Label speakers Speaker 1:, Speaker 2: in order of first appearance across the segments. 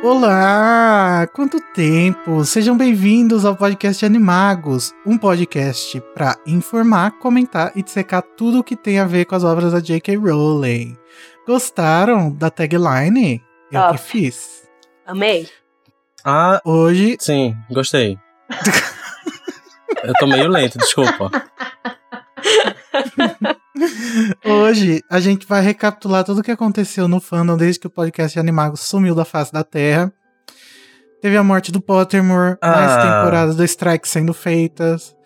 Speaker 1: Olá! Quanto tempo! Sejam bem-vindos ao podcast Animagos, um podcast para informar, comentar e dissecar tudo o que tem a ver com as obras da J.K. Rowling. Gostaram da tagline? Eu
Speaker 2: Top.
Speaker 1: que fiz.
Speaker 2: Amei.
Speaker 3: Ah,
Speaker 1: Hoje,
Speaker 3: sim, gostei. Eu tô meio lento, desculpa.
Speaker 1: hoje a gente vai recapitular tudo o que aconteceu no fandom desde que o podcast Animagos sumiu da face da Terra. Teve a morte do Pottermore, mais
Speaker 3: Ah.
Speaker 1: temporadas do Strike sendo feitas,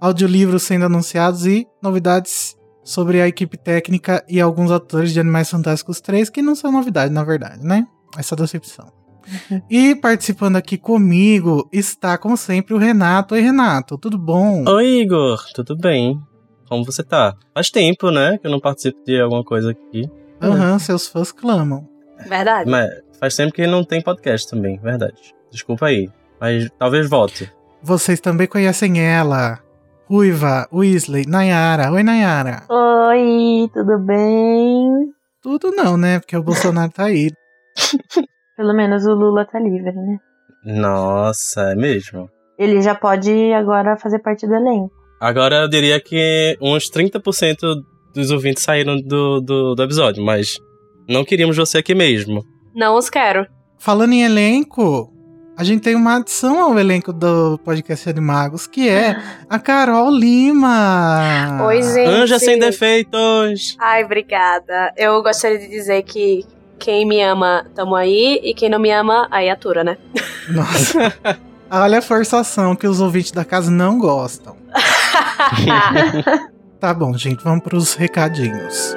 Speaker 1: audiolivros sendo anunciados e novidades sobre a equipe técnica e alguns atores de Animais Fantásticos 3, que não são novidade, na verdade, né? Essa decepção.
Speaker 3: Uhum.
Speaker 1: E participando aqui comigo está, como sempre, o Renato. Oi, Renato, tudo bom?
Speaker 3: Oi, Igor, tudo bem? Como você tá? Faz tempo, né, que eu não participo de alguma coisa aqui.
Speaker 1: Aham, seus fãs clamam.
Speaker 2: Verdade.
Speaker 3: Mas faz tempo que não tem podcast também, verdade. Desculpa aí, mas talvez volte.
Speaker 1: Vocês também conhecem ela. Ruiva, Weasley, Nayara. Oi, Nayara.
Speaker 2: Oi, tudo bem?
Speaker 1: Tudo não, né? Porque o Bolsonaro tá aí.
Speaker 2: Pelo menos o Lula tá livre, né?
Speaker 3: Nossa, é mesmo?
Speaker 2: Ele já pode agora fazer parte do elenco.
Speaker 3: Agora eu diria que uns 30% dos ouvintes saíram do, do, do episódio, mas não queríamos você aqui mesmo.
Speaker 4: Não os quero.
Speaker 1: Falando em elenco, a gente tem uma adição ao elenco do podcast de Magos, que é a Carol Lima.
Speaker 4: Oi, gente.
Speaker 3: Ah, Anja sem defeitos!
Speaker 4: Ai, obrigada. Eu gostaria de dizer que quem me ama, tamo aí. E quem não me ama, aí atura, né?
Speaker 1: Nossa. Olha a forçação que os ouvintes da casa não gostam. Tá bom, gente, vamos pros recadinhos.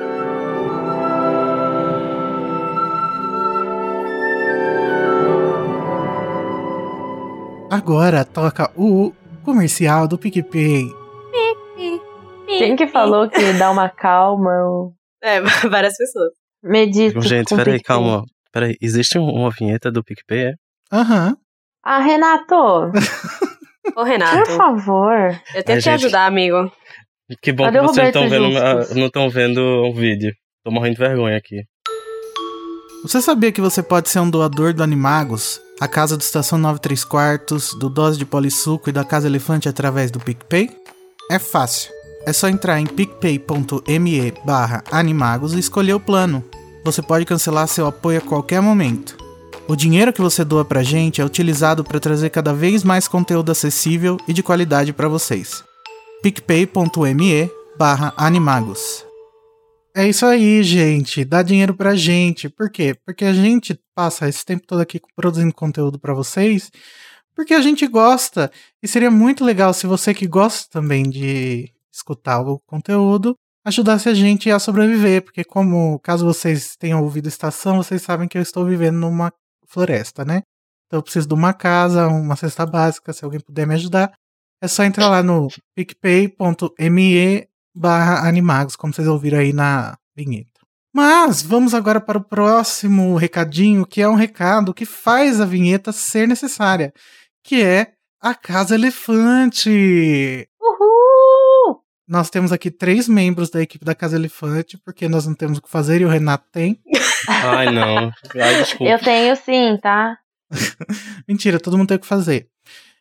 Speaker 1: Agora toca o comercial do PicPay.
Speaker 2: Quem que falou que dá uma calma? ou
Speaker 4: É, várias pessoas.
Speaker 2: Medita.
Speaker 3: Tipo, Gente,
Speaker 2: com
Speaker 3: peraí,
Speaker 2: pique?
Speaker 3: calma. Peraí, existe um- uma vinheta do PicPay, é?
Speaker 1: Aham.
Speaker 2: Ah, Renato,
Speaker 4: Ô,
Speaker 2: por
Speaker 4: Renato,
Speaker 2: favor.
Speaker 4: eu tento
Speaker 3: Ai,
Speaker 4: te
Speaker 3: gente.
Speaker 4: ajudar, amigo.
Speaker 3: Que bom
Speaker 2: Cadê
Speaker 3: que
Speaker 2: o
Speaker 3: vocês tão
Speaker 2: Roberto
Speaker 3: vendo,
Speaker 2: Justus?
Speaker 3: ah, não estão vendo o vídeo. Tô morrendo de vergonha aqui.
Speaker 1: Você sabia que você pode ser um doador do Animagos? A casa do Estação 93 Quartos, do Dose de Polissuco e da Casa Elefante através do PicPay? É fácil. É só entrar em picpay.me barra animagos e escolher o plano. Você pode cancelar seu apoio a qualquer momento. O dinheiro que você doa pra gente é utilizado para trazer cada vez mais conteúdo acessível e de qualidade para vocês. picpay.me barra animagos. É isso aí, gente. Dá dinheiro pra gente. Por quê? Porque a gente passa esse tempo todo aqui produzindo conteúdo pra vocês, porque a gente gosta. E seria muito legal se você que gosta também de escutar o conteúdo ajudasse a gente a sobreviver, porque como caso vocês tenham ouvido estação, vocês sabem que eu estou vivendo numa floresta, né? Então eu preciso de uma casa, uma cesta básica, se alguém puder me ajudar. É só entrar lá no picpay.me barra animagos, como vocês ouviram aí na vinheta. Mas vamos agora para o próximo recadinho, que é um recado que faz a vinheta ser necessária, que é a Casa Elefante.
Speaker 2: Uhul!
Speaker 1: Nós temos aqui três membros da equipe da Casa Elefante, porque nós não temos o que fazer e o Renato tem.
Speaker 3: Ai, não. Ai, desculpa.
Speaker 2: Eu tenho sim, tá?
Speaker 1: Mentira, todo mundo tem o que fazer.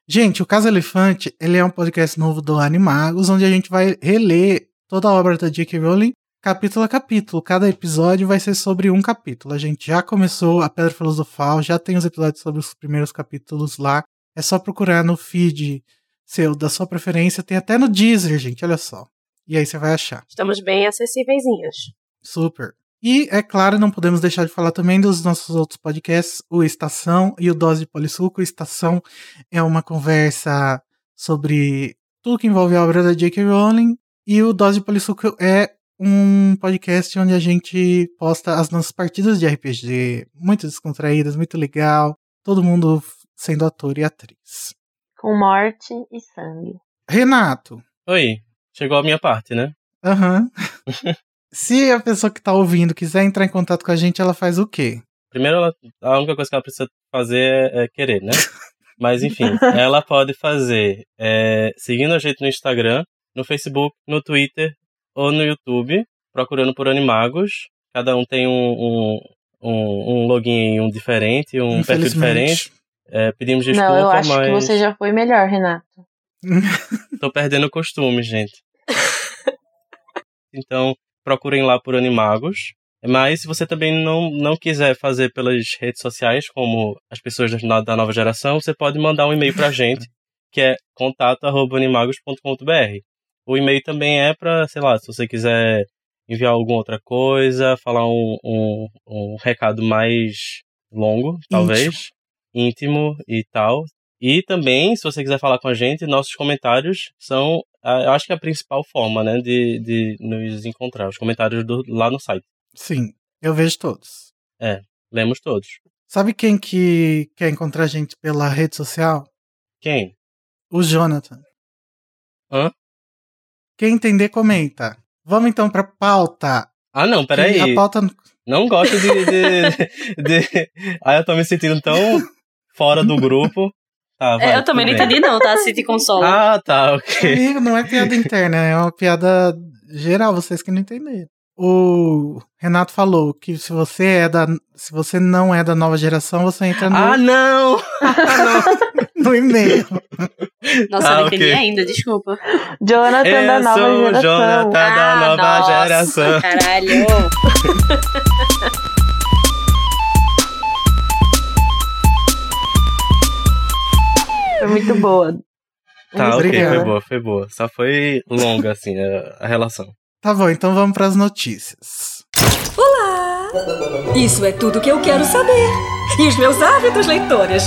Speaker 1: Gente, o Casa Elefante, ele é um podcast novo do Animagos, onde a gente vai reler toda a obra da J.K. Rowling, capítulo a capítulo. Cada episódio vai ser sobre um capítulo. A gente já começou a Pedra Filosofal, já tem os episódios sobre os primeiros capítulos lá. É só procurar no feed seu, da sua preferência. Tem até no Deezer, gente, olha só. E aí você vai achar.
Speaker 4: Estamos bem acessíveiszinhas.
Speaker 1: Super. E, é claro, não podemos deixar de falar também dos nossos outros podcasts, o Estação e o Dose de Polissuco. O Estação é uma conversa sobre tudo que envolve a obra da J.K. Rowling. E o Dose de Polissuco é um podcast onde a gente posta as nossas partidas de RPG, muito descontraídas, muito legal. Todo mundo sendo ator e atriz.
Speaker 2: Com morte e sangue.
Speaker 1: Renato,
Speaker 3: Oi, chegou a minha parte, né?
Speaker 1: aham. Se a pessoa que tá ouvindo quiser entrar em contato com a gente, ela faz o quê?
Speaker 3: Primeiro, ela- a única coisa que ela precisa fazer é, é querer, né? Mas enfim, ela pode fazer é, seguindo a gente no Instagram, no Facebook, no Twitter ou no YouTube, procurando por Animagos. Cada um tem um, um, um, um login um diferente, um perfil diferente. É, pedimos desculpa,
Speaker 2: não, eu acho
Speaker 3: mas
Speaker 2: que você já foi melhor, Renato.
Speaker 3: tô perdendo o costume, gente. Então, procurem lá por Animagos. Mas se você também não, não quiser fazer pelas redes sociais, como as pessoas da, no- da nova geração, você pode mandar um e-mail pra gente, que é contato.animagos.com.br. O e-mail também é pra, sei lá, se você quiser enviar alguma outra coisa, falar um, um, um recado mais longo, talvez, íntimo e tal. E também, se você quiser falar com a gente, nossos comentários são, ah, eu acho que é a principal forma, né, de, de nos encontrar. Os comentários do- lá no site.
Speaker 1: Sim, eu vejo todos.
Speaker 3: Lemos todos.
Speaker 1: Sabe quem que quer encontrar a gente pela rede social?
Speaker 3: Quem?
Speaker 1: O Jonathan.
Speaker 3: Hã?
Speaker 1: Quem entender, comenta. Vamos então pra pauta.
Speaker 3: Ah, não,
Speaker 1: Que A
Speaker 3: peraí.
Speaker 1: pauta.
Speaker 3: Não gosto de, de, de... Ah, eu tô me sentindo tão fora do grupo. Tá, vai,
Speaker 4: É, eu também não
Speaker 3: tudo bem.
Speaker 4: entendi, não, tá? Se te consola.
Speaker 3: Ah, tá, ok.
Speaker 1: Amigo, não é piada interna, é uma piada geral, vocês que não entenderam. O Renato falou que se você é da. Se você não é da nova geração, você entra Tá no,
Speaker 3: Ah, não!
Speaker 1: no e-mail.
Speaker 4: Nossa, eu
Speaker 3: Ah,
Speaker 4: não entendi
Speaker 3: ok.
Speaker 4: ainda, desculpa.
Speaker 1: tá
Speaker 2: Jonathan da
Speaker 3: Eu É,
Speaker 2: nova
Speaker 3: sou o
Speaker 2: geração.
Speaker 3: Jonathan Tá da
Speaker 4: Ah,
Speaker 3: nova
Speaker 4: nossa,
Speaker 3: geração.
Speaker 4: Caralho.
Speaker 2: Foi muito boa.
Speaker 3: Tá, ok,
Speaker 1: Obrigada.
Speaker 3: foi boa, foi boa. Só foi longa, assim, a- a relação.
Speaker 1: Tá bom, então vamos pras notícias.
Speaker 5: Isso é tudo que eu quero saber. E os meus ávidos leitores.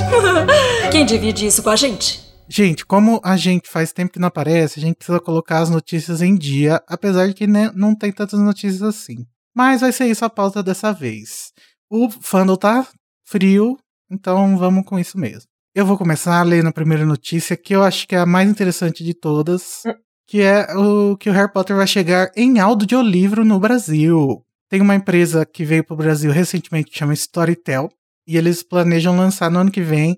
Speaker 5: Quem divide isso com a gente?
Speaker 1: Gente, como a gente faz tempo que não aparece, a gente precisa colocar as notícias em dia, apesar de que né, não tem tantas notícias assim. Mas vai ser isso a pauta dessa vez. O fandom tá frio, então vamos com isso mesmo. Eu vou começar lendo a primeira notícia, que eu acho que é a mais interessante de todas, que é o que o Harry Potter vai chegar em audiolivro no Brasil. Tem uma empresa que veio pro Brasil recentemente que chama Storytel, e eles planejam lançar no ano que vem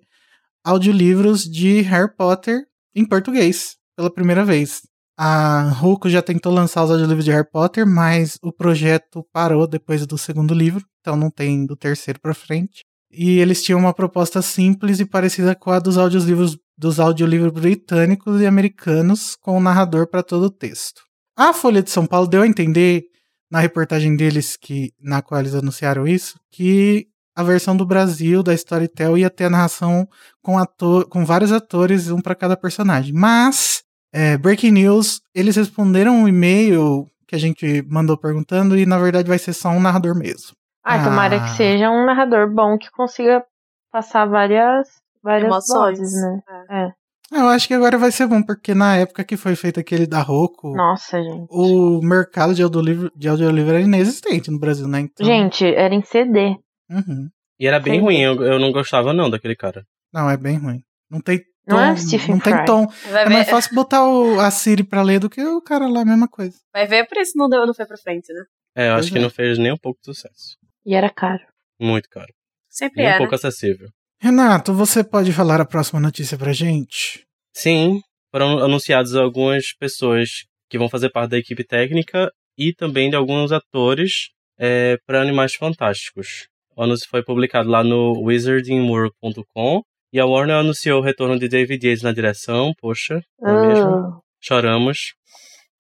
Speaker 1: audiolivros de Harry Potter em português, pela primeira vez. A Roku já tentou lançar os audiolivros de Harry Potter, mas o projeto parou depois do segundo livro, então não tem do terceiro pra frente. E eles tinham uma proposta simples e parecida com a dos audiolivros dos audiolivros britânicos e americanos, com um narrador para todo o texto. A Folha de São Paulo deu a entender na reportagem deles que na qual eles anunciaram isso, que a versão do Brasil da Storytel ia ter a narração com, ator, com vários atores, um para cada personagem. Mas, é, Breaking News, eles responderam um e-mail que a gente mandou perguntando e na verdade vai ser só um narrador mesmo.
Speaker 2: Ai, tomara que
Speaker 1: Ah.
Speaker 2: seja um narrador bom que consiga passar várias, várias
Speaker 4: Emoções.
Speaker 2: vozes, né?
Speaker 1: Ah, Eu acho que agora vai ser bom, porque na época que foi feito aquele da Roku,
Speaker 2: Nossa, gente.
Speaker 1: o mercado de audiolivro, de audiolivro era inexistente no Brasil, né?
Speaker 3: Uhum.
Speaker 1: Então,
Speaker 2: Gente, era em CD.
Speaker 1: uhum.
Speaker 3: E era bem
Speaker 2: Sim.
Speaker 3: ruim, eu, eu não gostava não daquele cara.
Speaker 1: Não, é bem ruim. Não tem tom.
Speaker 2: Não é Stephen
Speaker 1: não tem
Speaker 2: Fry.
Speaker 1: tom.
Speaker 4: Vai
Speaker 1: É
Speaker 4: ver,
Speaker 1: mais fácil botar o- a Siri pra ler do que o cara lá, a mesma coisa.
Speaker 4: vai ver por isso não, deu, não foi pra frente, né?
Speaker 3: É, eu
Speaker 1: Pois
Speaker 3: acho que
Speaker 1: é.
Speaker 3: não fez nem um pouco de sucesso.
Speaker 2: E era caro.
Speaker 3: Muito caro.
Speaker 4: Sempre
Speaker 3: Nem
Speaker 4: é,
Speaker 3: um
Speaker 4: né?
Speaker 3: pouco acessível.
Speaker 1: Renato, você pode falar a próxima notícia pra gente?
Speaker 3: Sim, foram anunciadas algumas pessoas que vão fazer parte da equipe técnica e também de alguns atores é, para Animais Fantásticos. O anúncio foi publicado lá no wizardingworld.com e a Warner anunciou o retorno de David Yates na direção. Poxa, não é mesmo?
Speaker 2: Ah,
Speaker 3: Choramos.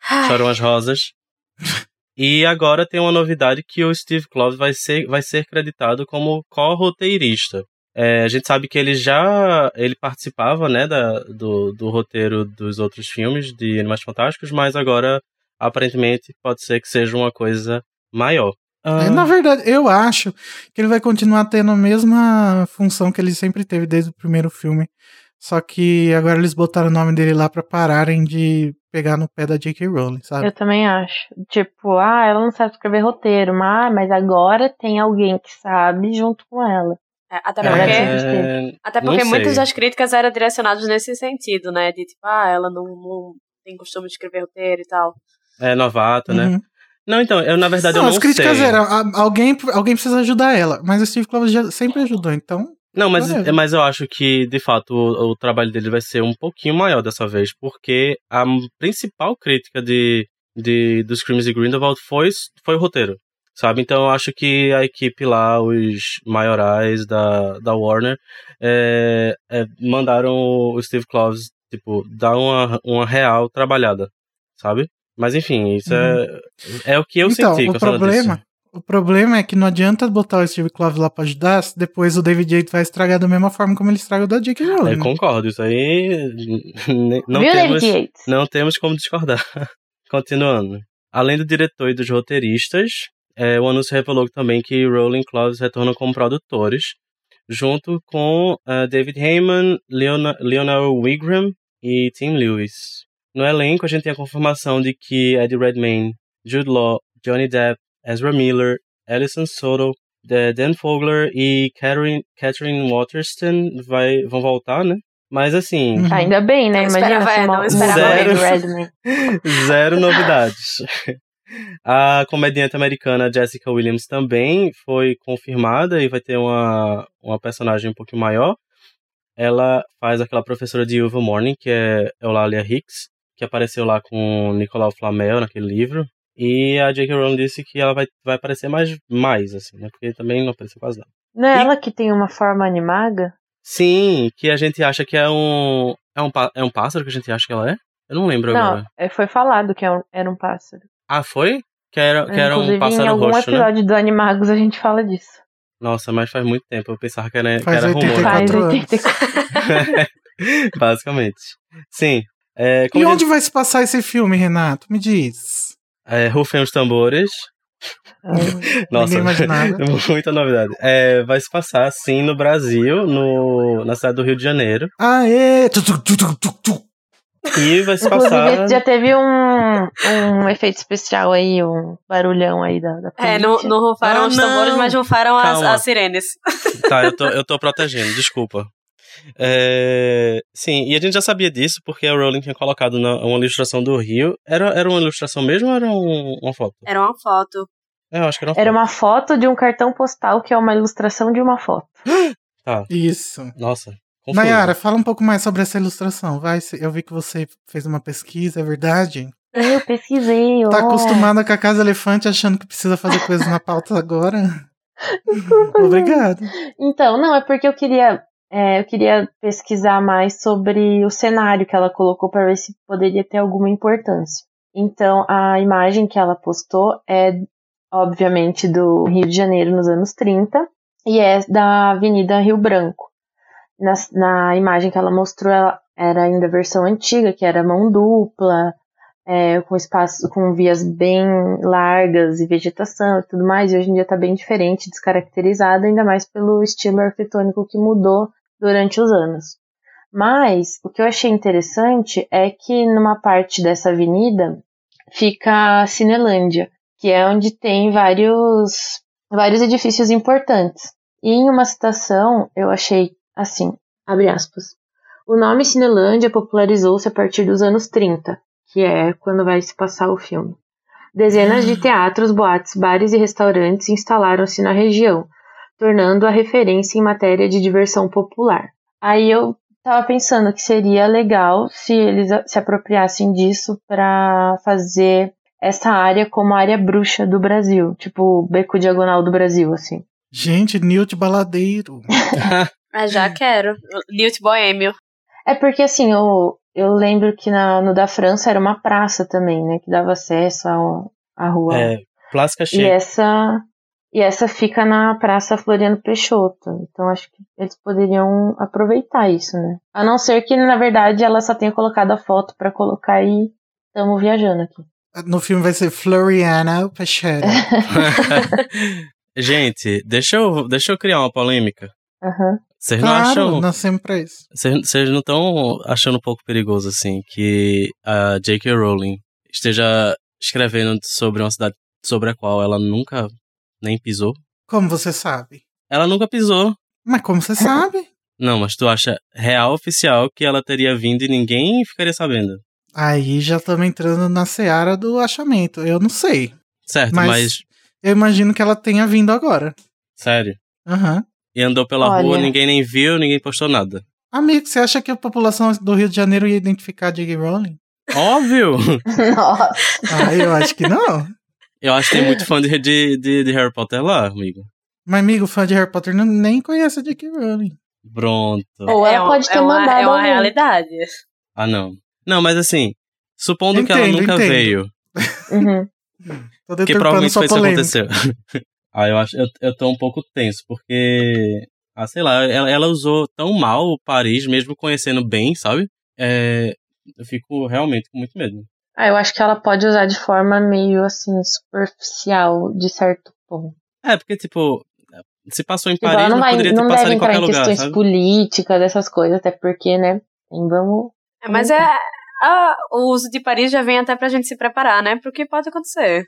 Speaker 4: Ai,
Speaker 3: Choram as rosas. E agora tem uma novidade que o Steve Kloves vai ser, vai ser creditado como co-roteirista. É, a gente sabe que ele já ele participava né, da, do, do roteiro dos outros filmes de Animais Fantásticos, mas agora aparentemente pode ser que seja uma coisa maior. Ah,
Speaker 1: É, Na verdade, eu acho que ele vai continuar tendo a mesma função que ele sempre teve desde o primeiro filme. Só que agora eles botaram o nome dele lá pra pararem de pegar no pé da J.K. Rowling, sabe?
Speaker 2: eu também acho. Tipo, ah, ela não sabe escrever roteiro, mas, mas agora tem alguém que sabe junto com ela.
Speaker 4: É, até
Speaker 2: É,
Speaker 4: porque,
Speaker 2: é.
Speaker 4: até
Speaker 3: não
Speaker 4: porque
Speaker 3: sei.
Speaker 4: muitas das críticas eram direcionadas nesse sentido, né? De tipo, ah, ela não, não tem costume de escrever roteiro e tal.
Speaker 3: é novata, né?
Speaker 1: Uhum.
Speaker 3: Não, então, eu na verdade
Speaker 1: Não,
Speaker 3: eu não
Speaker 1: as críticas
Speaker 3: sei.
Speaker 1: eram, a- alguém, alguém precisa ajudar ela, mas o Steve Kloves já sempre ajudou, então...
Speaker 3: Não, mas, é,
Speaker 1: Whatever.
Speaker 3: mas eu acho que, de fato, o, o trabalho dele vai ser um pouquinho maior dessa vez, porque a m- principal crítica de, de, dos crimes de Grindelwald foi, s- foi o roteiro, sabe? Então eu acho que a equipe lá, os maiorais da, da Warner, é, é, mandaram o Steve Kloves, tipo, dar uma, uma real trabalhada, sabe? Mas enfim, isso é, é o que eu
Speaker 1: então,
Speaker 3: senti.
Speaker 1: o
Speaker 3: gostando disso.
Speaker 1: problema, o problema é que não adianta botar o Steve Kloves lá pra ajudar, se depois o David Yates vai estragar da mesma forma como ele estraga o da J.K. Rowling.
Speaker 3: Eu
Speaker 1: né?
Speaker 3: concordo, isso aí. nem- Não
Speaker 2: Viu,
Speaker 3: temos...
Speaker 2: David Yates?
Speaker 3: Não temos como discordar. Continuando. Além do diretor e dos roteiristas, eh, o anúncio revelou também que Rowling e Cloves retornam como produtores, junto com ah, David Heyman, Leona, Leonard Wigram e Tim Lewis. No elenco, a gente tem a confirmação de que Eddie Redmayne, Jude Law, Johnny Depp, Ezra Miller, Alison Soto, eh, Dan Fogler e Catherine, Catherine Waterston vai, vão voltar, né? Mas assim,
Speaker 1: Uhum.
Speaker 2: Ainda bem, né?
Speaker 4: Não
Speaker 2: Imagina
Speaker 4: esperava-
Speaker 2: se
Speaker 4: é,
Speaker 2: uma,
Speaker 4: não
Speaker 2: um
Speaker 4: esperava
Speaker 2: David
Speaker 3: mesmo.
Speaker 2: Redman.
Speaker 3: Zero novidades. A comediante americana Jessica Williams também foi confirmada e vai ter uma, uma personagem um pouquinho maior. Ela faz aquela professora de Uva Morning, que é Eulalia Hicks, que apareceu lá com Nicolau Flamel naquele livro. E a J.K. Rowling disse que ela vai, vai aparecer mais, mais, assim, né? Porque também não apareceu quase nada.
Speaker 2: Não é
Speaker 3: E-
Speaker 2: ela que tem uma forma animada?
Speaker 3: Sim, que a gente acha que é um. É um, pá- é um pássaro que a gente acha que ela é? Eu não lembro agora.
Speaker 2: Não, é, foi falado que é um- era um pássaro.
Speaker 3: Ah, foi? Que era, que era
Speaker 2: Inclusive,
Speaker 3: um
Speaker 2: em
Speaker 3: pássaro
Speaker 2: algum
Speaker 3: roxo, né?
Speaker 2: episódio do Animagos a gente fala disso.
Speaker 3: Nossa, mas faz muito tempo. Eu pensava que era, que
Speaker 1: Faz
Speaker 3: era rumor.
Speaker 1: 84
Speaker 2: Faz
Speaker 1: anos.
Speaker 2: 84.
Speaker 3: Basicamente. Sim. É,
Speaker 1: E
Speaker 3: como
Speaker 1: onde vai se passar esse filme, Renato? Me diz.
Speaker 3: diz- é, rufem os tambores. Nossa,
Speaker 1: Ninguém imaginava.
Speaker 3: muita novidade. É, vai se passar, sim, no Brasil, no, na cidade do Rio de Janeiro.
Speaker 1: Aê! Tu, tu, tu, tu, tu, tu.
Speaker 3: E vai se
Speaker 2: Inclusive,
Speaker 3: passar.
Speaker 2: já teve um, um efeito especial aí, um barulhão aí da, da
Speaker 4: É, não,
Speaker 2: polícia.
Speaker 4: não rufaram
Speaker 3: Ah,
Speaker 4: os
Speaker 3: não.
Speaker 4: tambores, mas rufaram as,
Speaker 3: Calma.
Speaker 4: as sirenes.
Speaker 3: Tá, eu tô, eu tô protegendo, desculpa. É, sim, e a gente já sabia disso porque a Rowling tinha colocado na- uma ilustração do Rio. Era, era uma ilustração mesmo ou era um- uma foto?
Speaker 4: Era uma foto.
Speaker 3: É, eu acho que era uma
Speaker 2: Era
Speaker 3: foto.
Speaker 2: uma foto de um cartão postal que é uma ilustração de uma foto.
Speaker 1: Isso.
Speaker 3: Nossa, confuso.
Speaker 1: Nayara, fala um pouco mais sobre essa ilustração. Vai, se- eu vi que você fez uma pesquisa, é verdade?
Speaker 2: Eu pesquisei, ó.
Speaker 1: Tá acostumada com a Casa Elefante achando que precisa fazer coisas na pauta agora? Obrigado.
Speaker 2: Então, não, é porque eu queria, é, eu queria pesquisar mais sobre o cenário que ela colocou para ver se poderia ter alguma importância. Então, a imagem que ela postou é, obviamente, do Rio de Janeiro nos anos 30 e é da Avenida Rio Branco. Na, na imagem que ela mostrou, ela era ainda a versão antiga, que era mão dupla, é, com espaço, com vias bem largas e vegetação e tudo mais, e hoje em dia está bem diferente, descaracterizada, ainda mais pelo estilo arquitetônico que mudou durante os anos. Mas o que eu achei interessante é que numa parte dessa avenida fica a Cinelândia, que é onde tem vários, vários edifícios importantes. E em uma citação eu achei assim, abre aspas. O nome Cinelândia popularizou-se a partir dos anos 30, que é quando vai se passar o filme. Dezenas de teatros, boates, bares e restaurantes instalaram-se na região, tornando a referência em matéria de diversão popular. Aí eu tava pensando que seria legal se eles a- se apropriassem disso para fazer essa área como área bruxa do Brasil, tipo o beco diagonal do Brasil, assim.
Speaker 1: Gente, Newt Baladeiro.
Speaker 4: Ah, já quero. Newt Boêmio.
Speaker 2: É porque assim, eu, eu lembro que na- no da França era uma praça também, né, que dava acesso ao- à rua.
Speaker 3: É, plástica
Speaker 2: E
Speaker 3: chique.
Speaker 2: essa, e essa fica na Praça Floriano Peixoto. Então acho que eles poderiam aproveitar isso, né? A não ser que, na verdade, ela só tenha colocado a foto pra colocar e estamos viajando aqui.
Speaker 1: No filme vai ser Floriana Pachera.
Speaker 3: Gente, deixa eu, deixa eu criar uma polêmica.
Speaker 2: Aham.
Speaker 3: Vocês não
Speaker 1: Claro,
Speaker 3: acham.
Speaker 1: nascemos pra isso.
Speaker 3: Vocês vocês não estão achando um pouco perigoso, assim, que a J.K. Rowling esteja escrevendo sobre uma cidade sobre a qual ela nunca nem pisou?
Speaker 1: Como você sabe?
Speaker 3: Ela nunca pisou.
Speaker 1: Mas como você sabe?
Speaker 3: Não, mas tu acha real oficial que ela teria vindo e ninguém ficaria sabendo.
Speaker 1: Aí já estamos entrando na seara do achamento. Eu não sei.
Speaker 3: Certo,
Speaker 1: Mas-
Speaker 3: mas.
Speaker 1: Eu imagino que ela tenha vindo agora.
Speaker 3: sério.
Speaker 1: Aham.
Speaker 3: E andou pela
Speaker 2: Olha.
Speaker 3: rua, ninguém nem viu, ninguém postou nada.
Speaker 1: Amigo, você acha que a população do Rio de Janeiro ia identificar J.K. Rowling?
Speaker 3: Óbvio!
Speaker 2: Nossa.
Speaker 1: Ah, eu acho que não.
Speaker 3: Eu acho que tem muito fã de, de, de- de Harry Potter lá, amigo.
Speaker 1: Mas, amigo, fã de Harry Potter não, nem conhece a J.K. Rowling.
Speaker 3: Pronto.
Speaker 2: Ou ela
Speaker 4: um-
Speaker 2: pode ter
Speaker 4: uma,
Speaker 2: mandado
Speaker 4: É uma
Speaker 2: alguém.
Speaker 4: realidade.
Speaker 3: Ah, não. Não, mas assim, supondo que ela
Speaker 1: Entendo,
Speaker 3: nunca
Speaker 1: entendo.
Speaker 3: veio,
Speaker 2: Uhum.
Speaker 1: Tô
Speaker 3: que
Speaker 1: deturpando
Speaker 3: provavelmente
Speaker 1: sua
Speaker 3: foi isso que
Speaker 1: polêmica.
Speaker 3: aconteceu. ah, eu acho, eu, eu tô um pouco tenso, porque, ah, sei lá, ela, ela usou tão mal o Paris, mesmo conhecendo bem, sabe? É, eu fico realmente com muito medo.
Speaker 2: Ah, eu acho que ela pode usar de forma meio assim, superficial, de certo ponto.
Speaker 3: É, porque, tipo, se passou em
Speaker 2: Tipo,
Speaker 3: Paris,
Speaker 2: ela
Speaker 3: Ah, não,
Speaker 2: não, vai,
Speaker 3: poderia ter
Speaker 2: não
Speaker 3: passado
Speaker 2: deve
Speaker 3: em
Speaker 2: entrar
Speaker 3: qualquer
Speaker 2: em
Speaker 3: lugar,
Speaker 2: questões
Speaker 3: sabe?
Speaker 2: políticas, essas coisas, até porque, né? nem Vamos.
Speaker 4: É, Mas é. a- o uso de Paris já vem até pra gente se preparar, né? Pro que pode acontecer.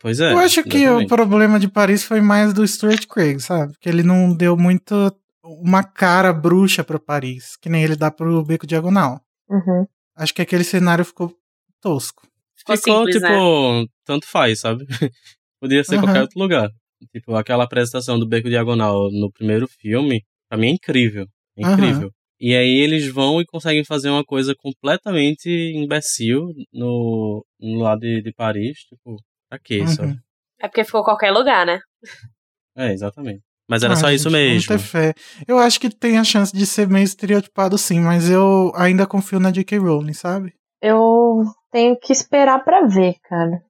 Speaker 3: Pois é.
Speaker 1: eu acho que o
Speaker 3: exatamente.
Speaker 1: problema de Paris foi mais do Stuart Craig, sabe? Que ele não deu muito uma cara bruxa pra Paris, que nem ele dá pro Beco Diagonal.
Speaker 2: Uhum.
Speaker 1: Acho que aquele cenário ficou tosco.
Speaker 4: Ficou
Speaker 3: Ficou,
Speaker 4: simples,
Speaker 3: tipo, tanto faz, sabe? Podia ser
Speaker 1: né? Aham.
Speaker 3: qualquer outro lugar. Tipo, aquela apresentação do Beco Diagonal no primeiro filme, pra mim é incrível. É
Speaker 1: Aham.
Speaker 3: incrível. E aí eles vão e conseguem fazer uma coisa completamente imbecil no, no lado de, de Paris. Tipo, pra quê,
Speaker 1: Uhum.
Speaker 3: sabe?
Speaker 4: É porque ficou qualquer lugar, né?
Speaker 3: É, exatamente. Mas era
Speaker 1: Ah,
Speaker 3: só isso
Speaker 1: gente, vamos
Speaker 3: mesmo.
Speaker 1: ter fé. Eu acho que tem a chance de ser meio estereotipado sim, mas eu ainda confio na J.K. Rowling, sabe?
Speaker 2: Eu tenho que esperar pra ver, cara.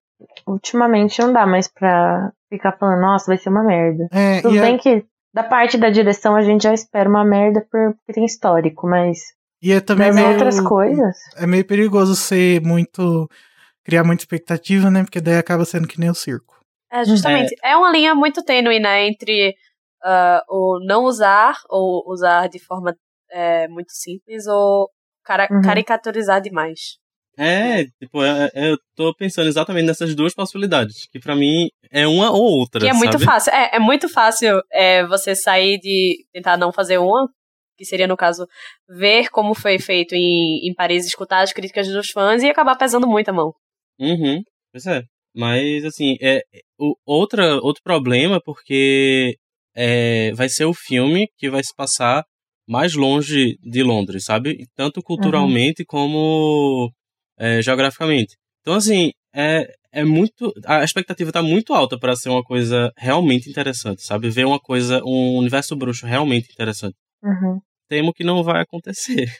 Speaker 2: Ultimamente não dá mais pra ficar falando, nossa, vai ser uma merda.
Speaker 1: É,
Speaker 2: Tudo
Speaker 1: e é,
Speaker 2: bem que da parte da direção a gente já espera uma merda por- porque tem histórico, mas
Speaker 1: e é também
Speaker 2: das
Speaker 1: meio,
Speaker 2: outras coisas.
Speaker 1: é meio perigoso ser muito. criar muita expectativa, né? Porque daí acaba sendo que nem o circo.
Speaker 4: É, justamente. É, uma linha muito tênue, né? Entre ah, o não usar, ou usar de forma eh, muito simples, ou cara-
Speaker 2: Uhum.
Speaker 4: caricaturizar demais.
Speaker 3: É, tipo, é- é- eu tô pensando exatamente nessas duas possibilidades. Que pra mim é uma ou outra.
Speaker 4: Que é muito
Speaker 3: sabe?
Speaker 4: fácil. É, é muito fácil é, você sair de tentar não fazer uma, que seria, no caso, ver como foi feito em, em Paris, escutar as críticas dos fãs e acabar pesando muito a mão.
Speaker 3: Uhum, pois é. Mas, assim, é, o, outra, outro problema, porque é, vai ser o filme que vai se passar mais longe de Londres, sabe? Tanto culturalmente como é, geograficamente. Então, assim, é, é muito. A expectativa tá muito alta para ser uma coisa realmente interessante, sabe? Ver uma coisa, um universo bruxo realmente interessante.
Speaker 2: Uhum.
Speaker 3: Temo que não vai acontecer.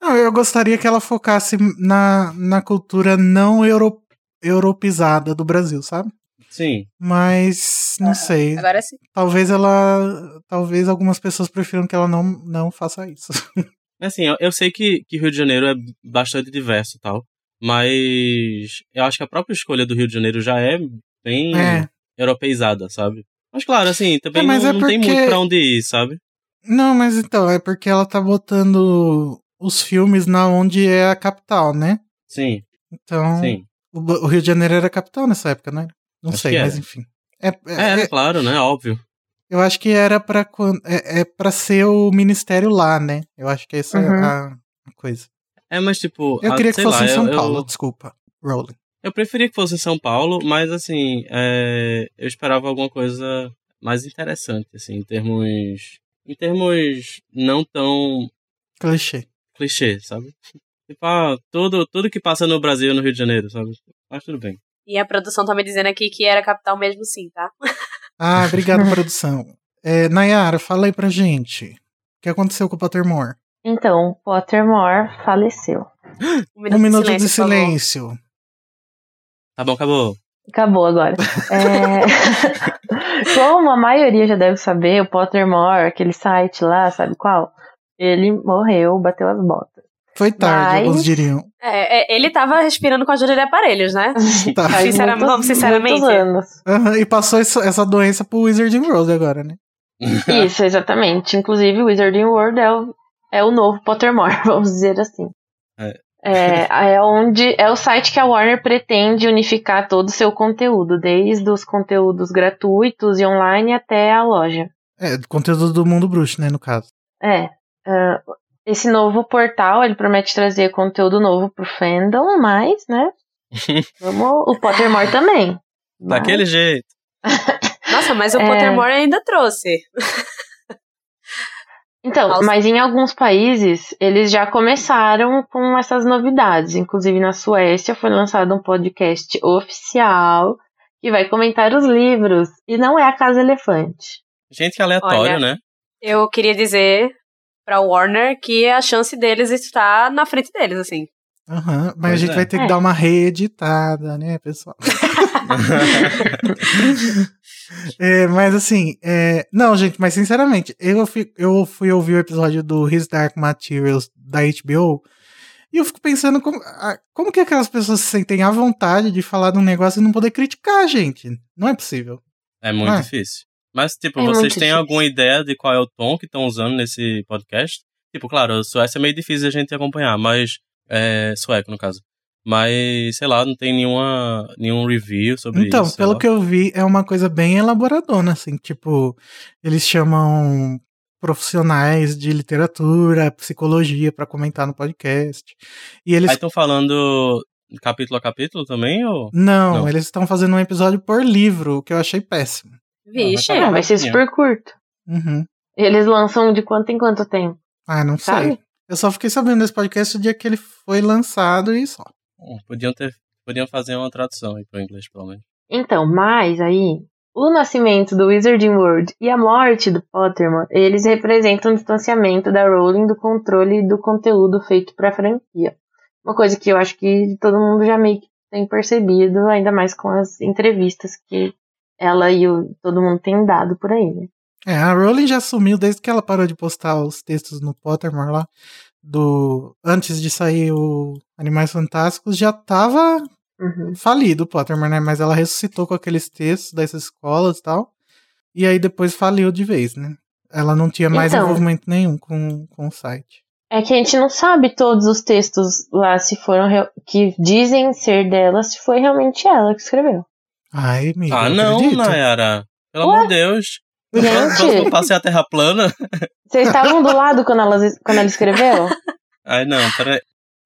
Speaker 1: Não, eu gostaria que ela focasse na, na cultura não euro, europizada do Brasil, sabe?
Speaker 3: Sim.
Speaker 1: Mas não sei.
Speaker 4: Agora sim.
Speaker 1: Talvez ela. Talvez algumas pessoas prefiram que ela não, não faça isso.
Speaker 3: Assim, eu, eu sei que, que Rio de Janeiro é bastante diverso e tal, mas eu acho que a própria escolha do Rio de Janeiro já é bem
Speaker 1: É.
Speaker 3: europeizada, sabe? Mas claro, assim, também
Speaker 1: É, mas
Speaker 3: não,
Speaker 1: é
Speaker 3: não tem
Speaker 1: porque-
Speaker 3: muito pra onde ir, sabe?
Speaker 1: Não, mas então, é porque ela tá botando os filmes na onde é a capital, né?
Speaker 3: Sim,
Speaker 1: Então,
Speaker 3: sim.
Speaker 1: o, Ba- o Rio de Janeiro era a capital nessa época, né? Não
Speaker 3: Acho
Speaker 1: sei,
Speaker 3: que
Speaker 1: mas
Speaker 3: era.
Speaker 1: enfim. É, é-
Speaker 3: É,
Speaker 1: é-
Speaker 3: claro, né? Óbvio.
Speaker 1: eu acho que era pra, quan- é, é pra ser o ministério lá, né? Eu acho que essa é
Speaker 2: Uhum.
Speaker 1: a coisa.
Speaker 3: É, mas tipo.
Speaker 1: Eu
Speaker 3: ah,
Speaker 1: queria que
Speaker 3: sei
Speaker 1: fosse
Speaker 3: lá,
Speaker 1: em São
Speaker 3: eu- eu-
Speaker 1: Paulo, desculpa. Rowling.
Speaker 3: Eu, preferia que fosse em São Paulo, mas assim, é, eu esperava alguma coisa mais interessante, assim, em termos. Em termos não tão
Speaker 1: Clichê.
Speaker 3: clichê, sabe? Tipo, ah, tudo, tudo que passa no Brasil e no Rio de Janeiro, sabe? Mas tudo bem.
Speaker 4: E a produção tá me dizendo aqui que era capital mesmo sim, tá?
Speaker 1: Ah, obrigado, produção. É, Nayara, fala aí pra gente. O que aconteceu com o Pottermore?
Speaker 2: Então, Pottermore faleceu.
Speaker 4: Um
Speaker 1: Um minuto de
Speaker 4: por favor.
Speaker 1: silêncio.
Speaker 3: Tá bom, acabou.
Speaker 2: Acabou agora. É, Como a maioria já deve saber, o Pottermore, aquele site lá, sabe qual? Ele morreu, bateu as botas.
Speaker 1: Foi tarde,
Speaker 2: Mas-
Speaker 1: alguns diriam.
Speaker 4: É, é, ele tava respirando com a ajuda de aparelhos, né?
Speaker 1: Tá.
Speaker 2: Faz
Speaker 4: Sinceram-
Speaker 2: muitos-
Speaker 4: vamos, sinceramente?
Speaker 2: muitos anos.
Speaker 1: Aham, e passou isso- essa doença pro Wizard World agora, né?
Speaker 2: Isso, exatamente. Inclusive, Wizarding World é o, é o novo Pottermore, vamos dizer assim.
Speaker 3: É.
Speaker 2: É, é onde é o site que a Warner pretende unificar todo o seu conteúdo, desde os conteúdos gratuitos e online até a loja.
Speaker 1: É, do conteúdo do mundo bruxo, né, no caso.
Speaker 2: É. ah, esse novo portal, ele promete trazer conteúdo novo pro fandom, mas, né? Vamos, o Pottermore também. Mas-
Speaker 3: Daquele jeito.
Speaker 4: Nossa, mas o
Speaker 2: É.
Speaker 4: Pottermore ainda trouxe.
Speaker 2: Então,
Speaker 4: Aos-
Speaker 2: mas em alguns países eles já começaram com essas novidades. Inclusive na Suécia foi lançado um podcast oficial que vai comentar os livros. E não é a Casa Elefante.
Speaker 3: Gente aleatória,
Speaker 4: Olha.
Speaker 3: né?
Speaker 4: Eu queria dizer pra Warner que a chance deles está na frente deles, assim.
Speaker 1: Aham, mas a
Speaker 3: Pois
Speaker 1: gente
Speaker 3: é.
Speaker 1: vai ter que
Speaker 2: É.
Speaker 1: dar uma reeditada, né, pessoal? É, mas assim, é, não, gente, mas sinceramente, eu, fi- eu fui ouvir o episódio do His Dark Materials da HBO e eu fico pensando como, ah, como que aquelas pessoas se sentem à vontade de falar de um negócio e não poder criticar, gente. Não é possível.
Speaker 3: É muito
Speaker 1: Ah.
Speaker 3: difícil. Mas, tipo,
Speaker 2: É
Speaker 3: vocês
Speaker 2: muito
Speaker 3: têm
Speaker 2: difícil.
Speaker 3: alguma ideia de qual é o tom que estão usando nesse podcast? Tipo, claro, a Suécia é meio difícil de a gente acompanhar, mas. É, sueco, no caso. Mas, sei lá, não tem nenhuma, nenhum review sobre
Speaker 1: Então,
Speaker 3: isso.
Speaker 1: pelo que eu vi, é uma coisa bem elaboradona, assim, tipo, eles chamam profissionais de literatura, psicologia pra comentar no podcast. E eles
Speaker 3: Aí estão falando capítulo a capítulo também? Ou...
Speaker 1: não,
Speaker 3: Não.
Speaker 1: eles estão fazendo um episódio por livro, o que eu achei péssimo.
Speaker 4: Vixe.
Speaker 3: Ah,
Speaker 2: É, vai ser
Speaker 3: rapidinho.
Speaker 2: super curto.
Speaker 1: Uhum.
Speaker 2: Eles lançam de quanto em quanto tempo.
Speaker 1: Ah, não sei.
Speaker 2: Sabe?
Speaker 1: Eu só fiquei sabendo desse podcast o dia que ele foi lançado e só.
Speaker 3: Hum, Podiam, ter, podiam fazer uma tradução aí pro inglês, pelo menos.
Speaker 2: Então, mas aí, o nascimento do Wizarding World e a morte do Pottermore, eles representam o distanciamento da Rowling do controle do conteúdo feito para a franquia. Uma coisa que eu acho que todo mundo já meio que tem percebido, ainda mais com as entrevistas que ela e o- todo mundo tem dado por aí, né?
Speaker 1: É, a Rowling já sumiu desde que ela parou de postar os textos no Pottermore lá. Do, antes de sair o Animais Fantásticos, já tava
Speaker 2: Uhum.
Speaker 1: falido o Pottermore, né? Mas ela ressuscitou com aqueles textos dessas escolas e tal. E aí depois faliu de vez, né? Ela não tinha mais
Speaker 2: Então.
Speaker 1: envolvimento nenhum com, com o site.
Speaker 2: É que a gente não sabe todos os textos lá se foram real- que dizem ser dela, se foi realmente ela que escreveu.
Speaker 1: Ai, amiga,
Speaker 3: ah,
Speaker 1: eu
Speaker 3: não,
Speaker 1: acredito.
Speaker 3: Nayara. Pelo
Speaker 2: Ué?
Speaker 3: amor de Deus. O próximo
Speaker 2: Gente,
Speaker 3: passo é a Terra plana.
Speaker 2: vocês estavam do lado quando ela, quando ela escreveu?
Speaker 3: Ai, não, peraí.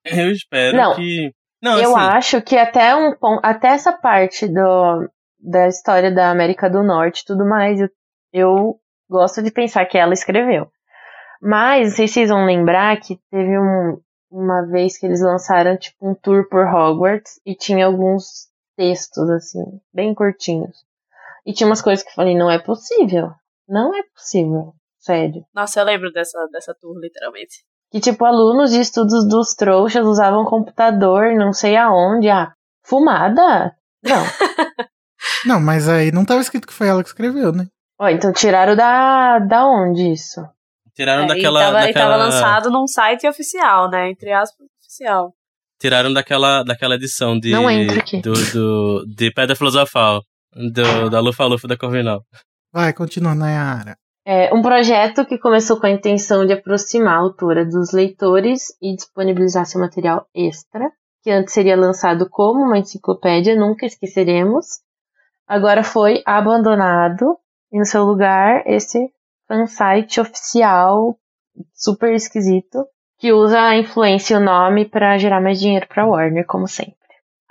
Speaker 3: Eu espero
Speaker 2: Não.
Speaker 3: que. Não,
Speaker 2: Eu
Speaker 3: assim,
Speaker 2: acho que até um pon- até essa parte do, da história da América do Norte e tudo mais, eu, eu gosto de pensar que ela escreveu. Mas não sei se vocês vão lembrar que teve um- uma vez que eles lançaram tipo um tour por Hogwarts e tinha alguns textos assim, bem curtinhos. E tinha umas coisas que eu falei, não é possível. Não é possível. Sério.
Speaker 4: Nossa, eu lembro dessa, dessa tour, literalmente.
Speaker 2: Que, tipo, alunos de estudos dos trouxas usavam computador, não sei aonde. Ah, fumada? Não.
Speaker 1: Não, mas aí não tava escrito que foi ela que escreveu, né?
Speaker 2: Ó, então tiraram da, da onde isso?
Speaker 3: tiraram
Speaker 4: É,
Speaker 3: daquela.
Speaker 4: e, tava, e
Speaker 3: daquela...
Speaker 4: tava lançado num site oficial, né? Entre aspas, oficial.
Speaker 3: Tiraram daquela, daquela edição de.
Speaker 2: Não entra aqui.
Speaker 3: Do, do, de Pedra Filosofal. Do, da Lufa Lufa da Corvinal.
Speaker 1: Vai, continua, Nayara.
Speaker 2: É um projeto que começou com a intenção de aproximar a autora dos leitores e disponibilizar seu material extra, que antes seria lançado como uma enciclopédia, nunca esqueceremos. Agora foi abandonado e no seu lugar esse fansite oficial super esquisito que usa a influência e o nome para gerar mais dinheiro para Warner, como sempre.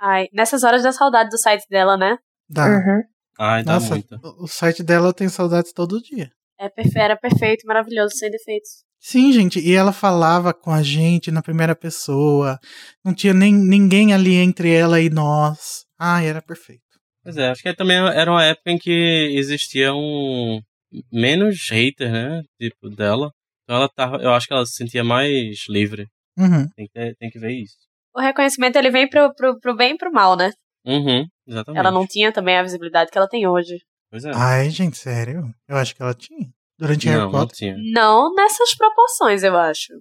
Speaker 4: Ai, nessas horas da saudade do site dela, né?
Speaker 1: Dá.
Speaker 2: Uhum.
Speaker 3: Ai, dá
Speaker 1: Nossa,
Speaker 3: muito.
Speaker 1: o site dela tem saudades todo dia.
Speaker 4: É perfe- era perfeito, maravilhoso, sem defeitos.
Speaker 1: Sim, gente, e ela falava com a gente na primeira pessoa. Não tinha nem, ninguém ali entre ela e nós. Ai, era perfeito.
Speaker 3: Pois é, acho que também era uma época em que existia um menos hater, né? Tipo, dela. Então ela tava. Eu acho que ela se sentia mais livre.
Speaker 1: Uhum.
Speaker 3: Tem que, tem que ver isso.
Speaker 4: O reconhecimento, ele vem pro, pro, pro bem e pro mal, né?
Speaker 3: Uhum, exatamente.
Speaker 4: Ela não tinha também a visibilidade que ela tem hoje.
Speaker 3: Pois é.
Speaker 1: Ai, gente, sério? Eu acho que ela tinha. Durante Harry
Speaker 3: não, não
Speaker 1: Potter.
Speaker 3: tinha.
Speaker 4: Não nessas proporções, eu acho.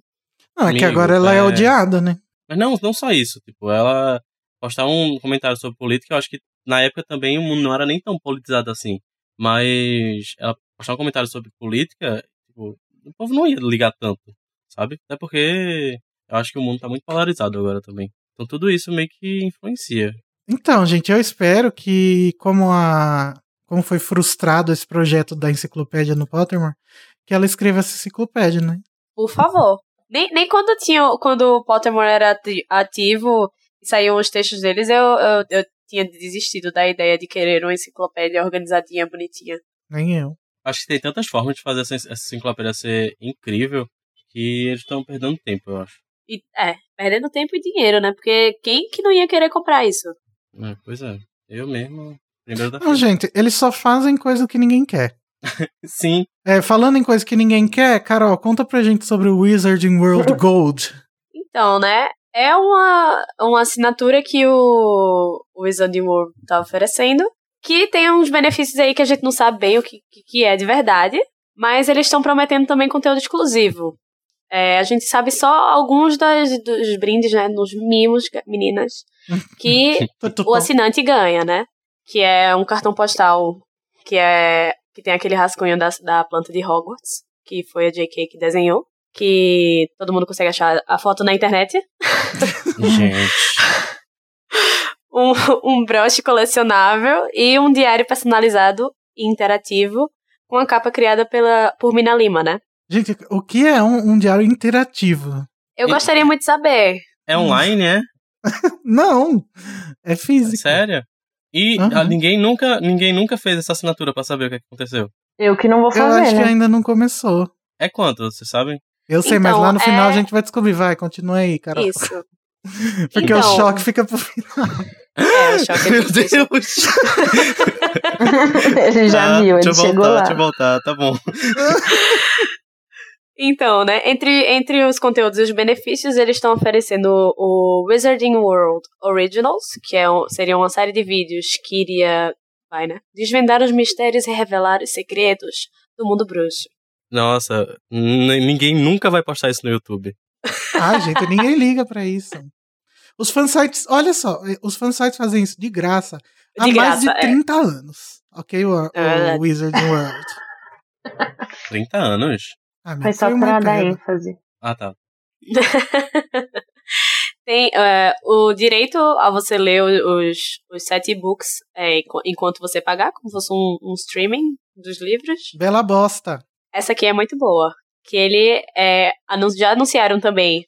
Speaker 1: Não, é que
Speaker 3: Amigo,
Speaker 1: agora ela é,
Speaker 3: é.
Speaker 1: odiada, né?
Speaker 3: Mas não, não só isso. Tipo, ela postar um comentário sobre política, eu acho que na época também o mundo não era nem tão politizado assim. Mas ela postar um comentário sobre política, tipo, o povo não ia ligar tanto, sabe? Até porque eu acho que o mundo tá muito polarizado agora também. Então tudo isso meio que influencia.
Speaker 1: Então, gente, eu espero que, como a como foi frustrado esse projeto da enciclopédia no Pottermore, que ela escreva essa enciclopédia, né?
Speaker 4: Por favor. Nem, nem quando tinha, quando o Pottermore era ati- ativo e saíam os textos deles, eu, eu, eu tinha desistido da ideia de querer uma enciclopédia organizadinha, bonitinha.
Speaker 1: Nem eu.
Speaker 3: Acho que tem tantas formas de fazer essa essa enciclopédia ser incrível que eles estão perdendo tempo, eu acho.
Speaker 4: E, é, perdendo tempo e dinheiro, né? Porque quem que não ia querer comprar isso?
Speaker 3: É, pois é. Eu mesmo, primeiro da
Speaker 1: Não, gente, eles só fazem coisa que ninguém quer.
Speaker 3: Sim,
Speaker 1: É, falando em coisa que ninguém quer, Carol, conta pra gente sobre o Wizarding World Gold.
Speaker 4: Então, né? É uma, uma assinatura que o, o Wizarding World tá oferecendo, que tem uns benefícios aí que a gente não sabe bem o que, que- que é de verdade, mas eles estão prometendo também conteúdo exclusivo. É, a gente sabe só alguns das, dos brindes, né? Nos mimos, ga- meninas, que o assinante ganha, né? Que é um cartão postal que é que tem aquele rascunho da, da planta de Hogwarts, que foi a JK que desenhou, que todo mundo consegue achar a foto na internet.
Speaker 3: gente.
Speaker 4: Um, um broche colecionável e um diário personalizado e interativo com a capa criada pela, por Mina Lima, né?
Speaker 1: Gente, o que é um, um diário interativo?
Speaker 4: Eu
Speaker 3: E-
Speaker 4: gostaria muito de saber.
Speaker 3: É online, é?
Speaker 1: Não! É físico.
Speaker 3: Sério? E
Speaker 1: Aham.
Speaker 3: ah, ninguém, nunca, ninguém nunca fez essa assinatura pra saber o que aconteceu.
Speaker 2: Eu que não vou
Speaker 1: Eu
Speaker 2: fazer,
Speaker 1: acho que
Speaker 2: né?
Speaker 1: ainda não começou.
Speaker 3: É quanto, vocês sabem?
Speaker 1: Eu sei, mas
Speaker 4: Então,
Speaker 1: lá no final a
Speaker 4: é-
Speaker 1: gente vai descobrir. Vai, continua aí, Carol.
Speaker 4: Isso.
Speaker 1: Porque
Speaker 4: Então.
Speaker 1: o choque fica pro final.
Speaker 4: É, o choque é difícil.
Speaker 2: ele já
Speaker 3: Ah,
Speaker 2: viu, ele
Speaker 3: deixa eu
Speaker 2: chegou
Speaker 3: voltar,
Speaker 2: lá.
Speaker 3: Deixa eu voltar, tá bom.
Speaker 4: Então, né, entre, entre os conteúdos e os benefícios, eles estão oferecendo o Wizarding World Originals, que é um- seria uma série de vídeos que iria, vai, né, desvendar os mistérios e revelar os segredos do mundo bruxo.
Speaker 3: Nossa, n- ninguém nunca vai postar isso no YouTube.
Speaker 1: Ah, gente, ninguém liga pra isso. Os fansites, olha só, eh, os fansites fazem isso de graça há
Speaker 4: De
Speaker 1: mais
Speaker 4: graça,
Speaker 1: de
Speaker 4: é.
Speaker 1: 30 anos. Ok, o, o
Speaker 4: É verdade.
Speaker 1: Wizarding World.
Speaker 3: 30 anos?
Speaker 1: Ah, mas
Speaker 2: Foi só
Speaker 1: foi uma
Speaker 2: pra dar
Speaker 1: pena.
Speaker 2: ênfase.
Speaker 3: Ah, tá.
Speaker 4: Tem é, o direito a você ler o- os, os sete books é, enqu- enquanto você pagar, como fosse um, um streaming dos livros.
Speaker 1: Bela bosta.
Speaker 4: Essa aqui é muito boa. Que ele é, anun- já anunciaram também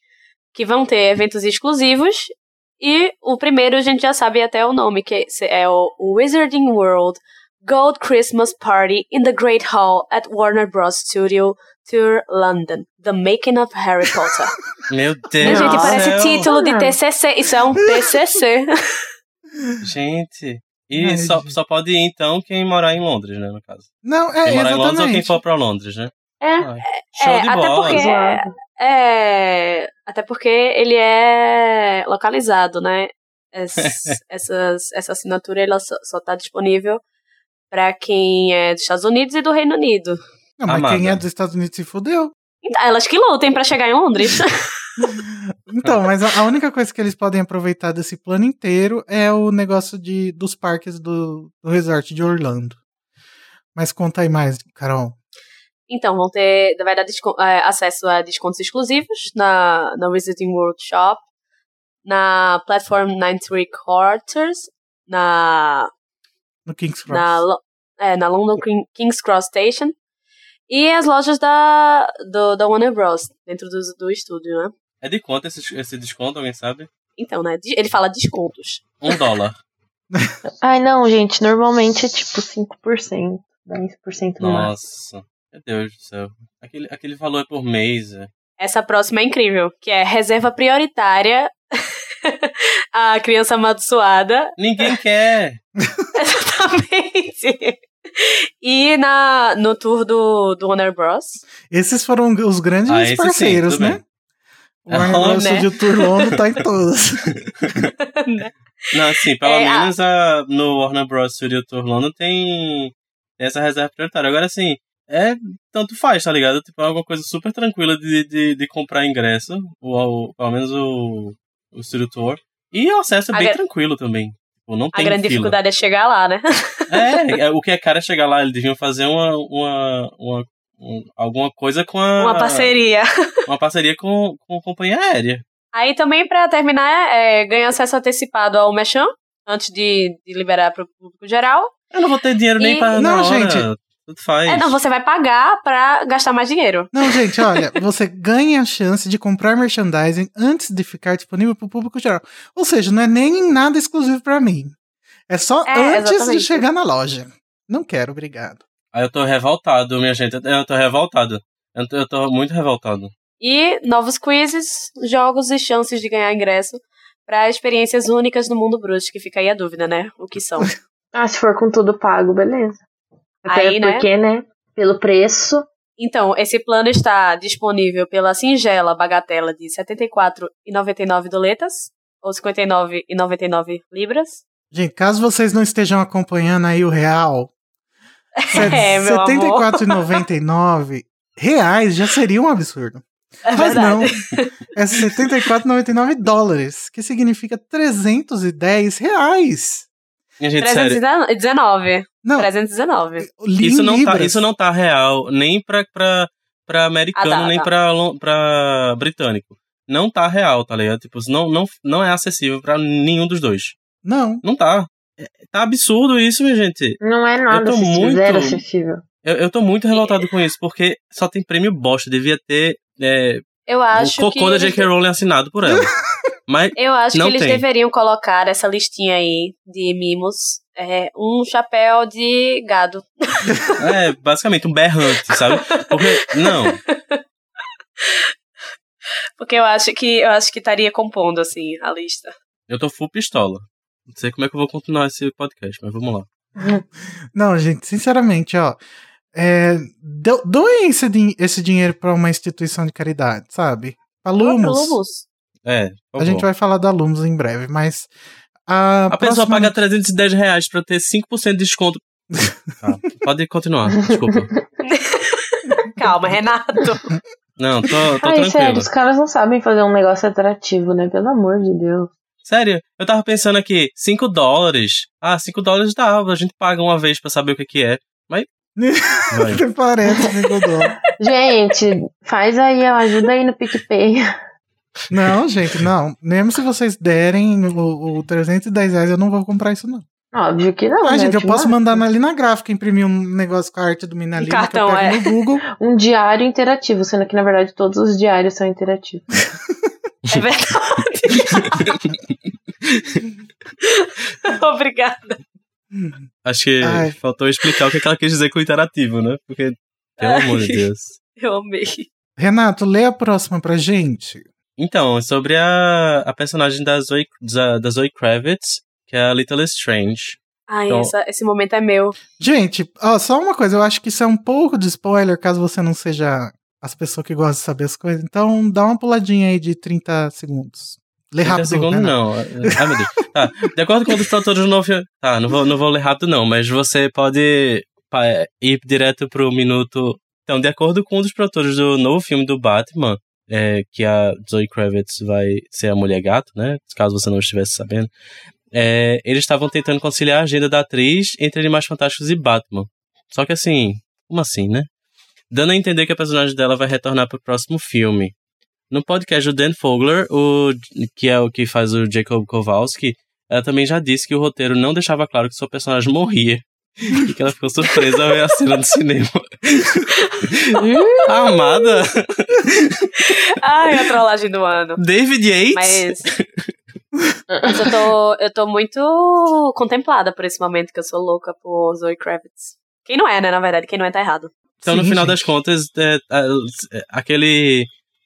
Speaker 4: que vão ter eventos exclusivos. E o primeiro a gente já sabe até o nome, que se- é o Wizarding World Gold Christmas Party in the Great Hall at Warner Bros. Studio Tour London. The Making of Harry Potter.
Speaker 3: Meu
Speaker 4: Né,
Speaker 3: Deus.
Speaker 4: gente,
Speaker 3: do
Speaker 2: Nossa.
Speaker 4: parece
Speaker 3: céu.
Speaker 4: título de
Speaker 2: Não.
Speaker 4: TCC. Isso é um TCC.
Speaker 3: Gente.
Speaker 1: Ai,
Speaker 3: E só,
Speaker 1: gente.
Speaker 3: só pode ir então quem morar em Londres, né? No caso.
Speaker 1: Não, é,
Speaker 3: Quem morar em Londres ou quem
Speaker 1: exatamente.
Speaker 3: for pra Londres, né?
Speaker 2: É,
Speaker 3: Ai, Show
Speaker 4: é,
Speaker 3: de
Speaker 4: até
Speaker 3: bola.
Speaker 4: porque-
Speaker 2: zoado.
Speaker 4: É, até porque ele é localizado, né? Ess- essas- essa assinatura ela só, só tá disponível pra quem é dos Estados Unidos e do Reino Unido.
Speaker 1: Não, mas
Speaker 3: Amada.
Speaker 1: quem é dos Estados Unidos se fudeu.
Speaker 4: Então, elas que lutem pra chegar em Londres.
Speaker 1: Então, mas a, a única coisa que eles podem aproveitar desse plano inteiro é o negócio de, dos parques do, do resort de Orlando. Mas conta aí mais, Carol.
Speaker 4: então, vão ter, vai dar desco- é, acesso a descontos exclusivos na, na Wizarding World Shop, na Platform 93 Quarters, na
Speaker 1: No King's Cross.
Speaker 4: na, Lo- é, na London Queen- King's Cross Station. E as lojas da, do, da Warner Bros. dentro do, do estúdio, né?
Speaker 3: É de quanto esse, esse desconto, alguém sabe?
Speaker 4: Então, né? de- Ele fala descontos.
Speaker 3: Um dólar.
Speaker 2: Ai, não, gente, normalmente é tipo 5%, 10%
Speaker 4: Né?
Speaker 2: no máximo.
Speaker 3: Nossa. Meu Deus do céu. Aquele, aquele valor é por mês. é.
Speaker 4: Essa próxima é incrível, que é reserva prioritária a criança amaldiçoada.
Speaker 3: Ninguém quer.
Speaker 4: Exatamente. E na, no tour do, do Warner Bros.
Speaker 1: Esses foram os grandes
Speaker 3: Ah, esse sim,
Speaker 1: parceiros,
Speaker 3: tudo
Speaker 1: né?
Speaker 3: bem.
Speaker 1: O Warner
Speaker 3: É,
Speaker 1: Bros.
Speaker 4: né?
Speaker 1: Studio Tour London tá em todas.
Speaker 3: Não, assim, pelo
Speaker 4: É, a-
Speaker 3: menos a- no Warner Bros. Studio Tour London tem, tem essa reserva prioritária. Agora, assim, é tanto faz, tá ligado? Tipo, é alguma coisa super tranquila de, de, de comprar ingresso. Ou, pelo menos o, o Studio Tour. E o acesso é
Speaker 4: A
Speaker 3: bem
Speaker 4: gra-
Speaker 3: tranquilo também. Tipo, não
Speaker 4: A
Speaker 3: tem
Speaker 4: grande
Speaker 3: fila.
Speaker 4: dificuldade é chegar lá, né?
Speaker 3: É, é, o que é cara é chegar lá, eles deviam fazer uma, uma, uma- um- alguma coisa com a.
Speaker 4: Uma parceria.
Speaker 3: Uma parceria com, com a companhia aérea.
Speaker 4: Aí também, pra terminar, é, ganha acesso antecipado ao Mechan, antes de, de liberar pro público geral.
Speaker 3: Eu não vou ter dinheiro nem
Speaker 4: E-
Speaker 3: pra.
Speaker 1: Não,
Speaker 3: na hora.
Speaker 1: gente.
Speaker 3: Tudo faz.
Speaker 4: É, não, você vai pagar pra gastar mais dinheiro.
Speaker 1: Não, gente, olha, você ganha a chance de comprar merchandising antes de ficar disponível para o público geral. Ou seja, não é nem nada exclusivo para mim. É só
Speaker 4: É,
Speaker 1: antes de
Speaker 4: exatamente.
Speaker 1: chegar na loja. Não quero, obrigado.
Speaker 3: Aí eu tô revoltado, minha gente. Eu- Eu tô revoltado. Eu tô, eu tô muito revoltado.
Speaker 4: E novos quizzes, jogos e chances de ganhar ingresso pra experiências únicas no mundo bruxo, que fica aí a dúvida, né? O que são.
Speaker 2: Ah, se for com tudo pago, beleza. Até
Speaker 4: Aí, né?
Speaker 2: porque, né? Pelo preço.
Speaker 4: Então, esse plano está disponível pela singela bagatela de R$ 74,99 doletas, ou 59,99 libras.
Speaker 1: Gente, caso vocês não estejam acompanhando aí o real,
Speaker 4: É, meu amor.
Speaker 1: 74,99 reais já seria um absurdo.
Speaker 4: É
Speaker 1: Mas não,
Speaker 4: verdade.
Speaker 1: é 74,99 dólares, que significa 310 reais.
Speaker 3: Minha gente, sério.
Speaker 4: 319.
Speaker 1: Não,
Speaker 4: 319.
Speaker 1: li em
Speaker 3: Isso não, tá,
Speaker 1: libras.
Speaker 3: isso não tá real nem pra, pra, pra americano,
Speaker 4: Ah, tá,
Speaker 3: nem
Speaker 4: tá.
Speaker 3: Pra, lon- pra britânico. Não tá real, tá ligado? Tipo, não, não, não é acessível pra nenhum dos dois.
Speaker 1: Não,
Speaker 3: Não tá. É- Tá absurdo isso, minha gente.
Speaker 2: Não é nada
Speaker 3: tô
Speaker 2: acessível,
Speaker 3: muito-
Speaker 2: zero acessível.
Speaker 3: Eu, eu tô muito revoltado com isso, porque só tem prêmio bosta. Devia ter é,
Speaker 4: Eu
Speaker 3: o
Speaker 4: acho que
Speaker 3: cocô da
Speaker 4: eles-
Speaker 3: J.K. Rowling assinado por ela. Mas
Speaker 4: Eu acho
Speaker 3: Não
Speaker 4: que eles
Speaker 3: tem.
Speaker 4: deveriam colocar essa listinha aí de mimos. é, um chapéu de gado.
Speaker 3: é basicamente um berrante, sabe? Porque, não,
Speaker 4: Porque eu acho que eu acho que estaria compondo, assim, a lista.
Speaker 3: eu tô full pistola. Não sei como é que eu vou continuar esse podcast, mas vamos lá.
Speaker 1: não, gente, sinceramente, ó. É, do- doem esse, din- esse dinheiro pra uma instituição de caridade, sabe? Pra Lumos.
Speaker 4: Lumos.
Speaker 3: É, por
Speaker 1: A gente
Speaker 3: favor.
Speaker 1: vai falar da Lumos em breve, mas. A,
Speaker 3: A
Speaker 1: próxima...
Speaker 3: pessoa paga 310 reais pra ter 5% de desconto. Tá, pode continuar, desculpa.
Speaker 4: Calma, Renato.
Speaker 3: Não, tô, tô
Speaker 2: Ai, sério,
Speaker 3: tranquilo.
Speaker 2: os caras não sabem fazer um negócio atrativo, né? Pelo amor de Deus.
Speaker 3: Sério, eu tava pensando aqui, 5 dólares. Ah, 5 dólares dá, a gente paga uma vez pra saber o que que é. Mas. Vai.
Speaker 1: Até parece, né, Godô?
Speaker 2: Gente, faz aí, ó, ajuda aí no PicPay.
Speaker 1: Não, gente, não. Mesmo se vocês derem o, o 310 reais, eu não vou comprar isso, não.
Speaker 2: Óbvio que não.
Speaker 1: ah,
Speaker 2: né,
Speaker 1: gente, eu
Speaker 2: Timar?
Speaker 1: posso mandar na- ali na gráfica imprimir um negócio com a arte do Minalina que eu
Speaker 4: Cartão,
Speaker 1: pego
Speaker 4: é.
Speaker 1: no Google.
Speaker 2: Um diário interativo, sendo que na verdade todos os diários são interativos.
Speaker 4: É verdade. Obrigada.
Speaker 3: Acho que
Speaker 1: Ai.
Speaker 3: faltou explicar o que ela quis dizer com interativo, né? Porque, pelo
Speaker 4: Ai.
Speaker 3: amor de Deus.
Speaker 4: Eu amei.
Speaker 1: Renato, lê a próxima pra gente.
Speaker 3: Então, é sobre a, a personagem da Zoe, da, da Zoe Kravitz, que é a Little Strange.
Speaker 4: Ai,
Speaker 3: Então-
Speaker 4: essa- esse momento é meu.
Speaker 1: Gente, ó, só uma coisa, eu acho que isso é um pouco de spoiler, caso você não seja as pessoas que gostam de saber as coisas. Então, dá uma puladinha aí de 30 segundos. Lê
Speaker 3: 30
Speaker 1: rápido,
Speaker 3: segundos,
Speaker 1: Renato.
Speaker 3: não. Ai, meu Deus. Tá, de acordo com os tratores do novo filme... Tá, não vou, não vou ler rápido, não, mas você pode pá, é, ir direto pro minuto... Então, de acordo com um dos produtores do novo filme do Batman, é, que a Zoe Kravitz vai ser a Mulher Gato, né? Caso você não estivesse sabendo. é, eles estavam tentando conciliar a agenda da atriz entre Animais Fantásticos e Batman. Só que assim, como assim, né? Dando a entender que a personagem dela vai retornar pro próximo filme. No podcast do Dan Fogler, o, que é o que faz o Jacob Kowalski, ela também já disse que o roteiro não deixava claro que sua personagem morria. E que ela ficou surpresa ao ver a cena do cinema. Amada!
Speaker 4: Ai, a trollagem do ano.
Speaker 3: David Yates?
Speaker 4: Mas. Mas eu tô, eu tô muito contemplada por esse momento que eu sou louca por Zoe Kravitz. Quem não é, né? Na verdade, quem não é tá errado.
Speaker 3: Então, no
Speaker 1: Sim,
Speaker 3: final
Speaker 1: gente.
Speaker 3: das contas, é, a- é, aquele,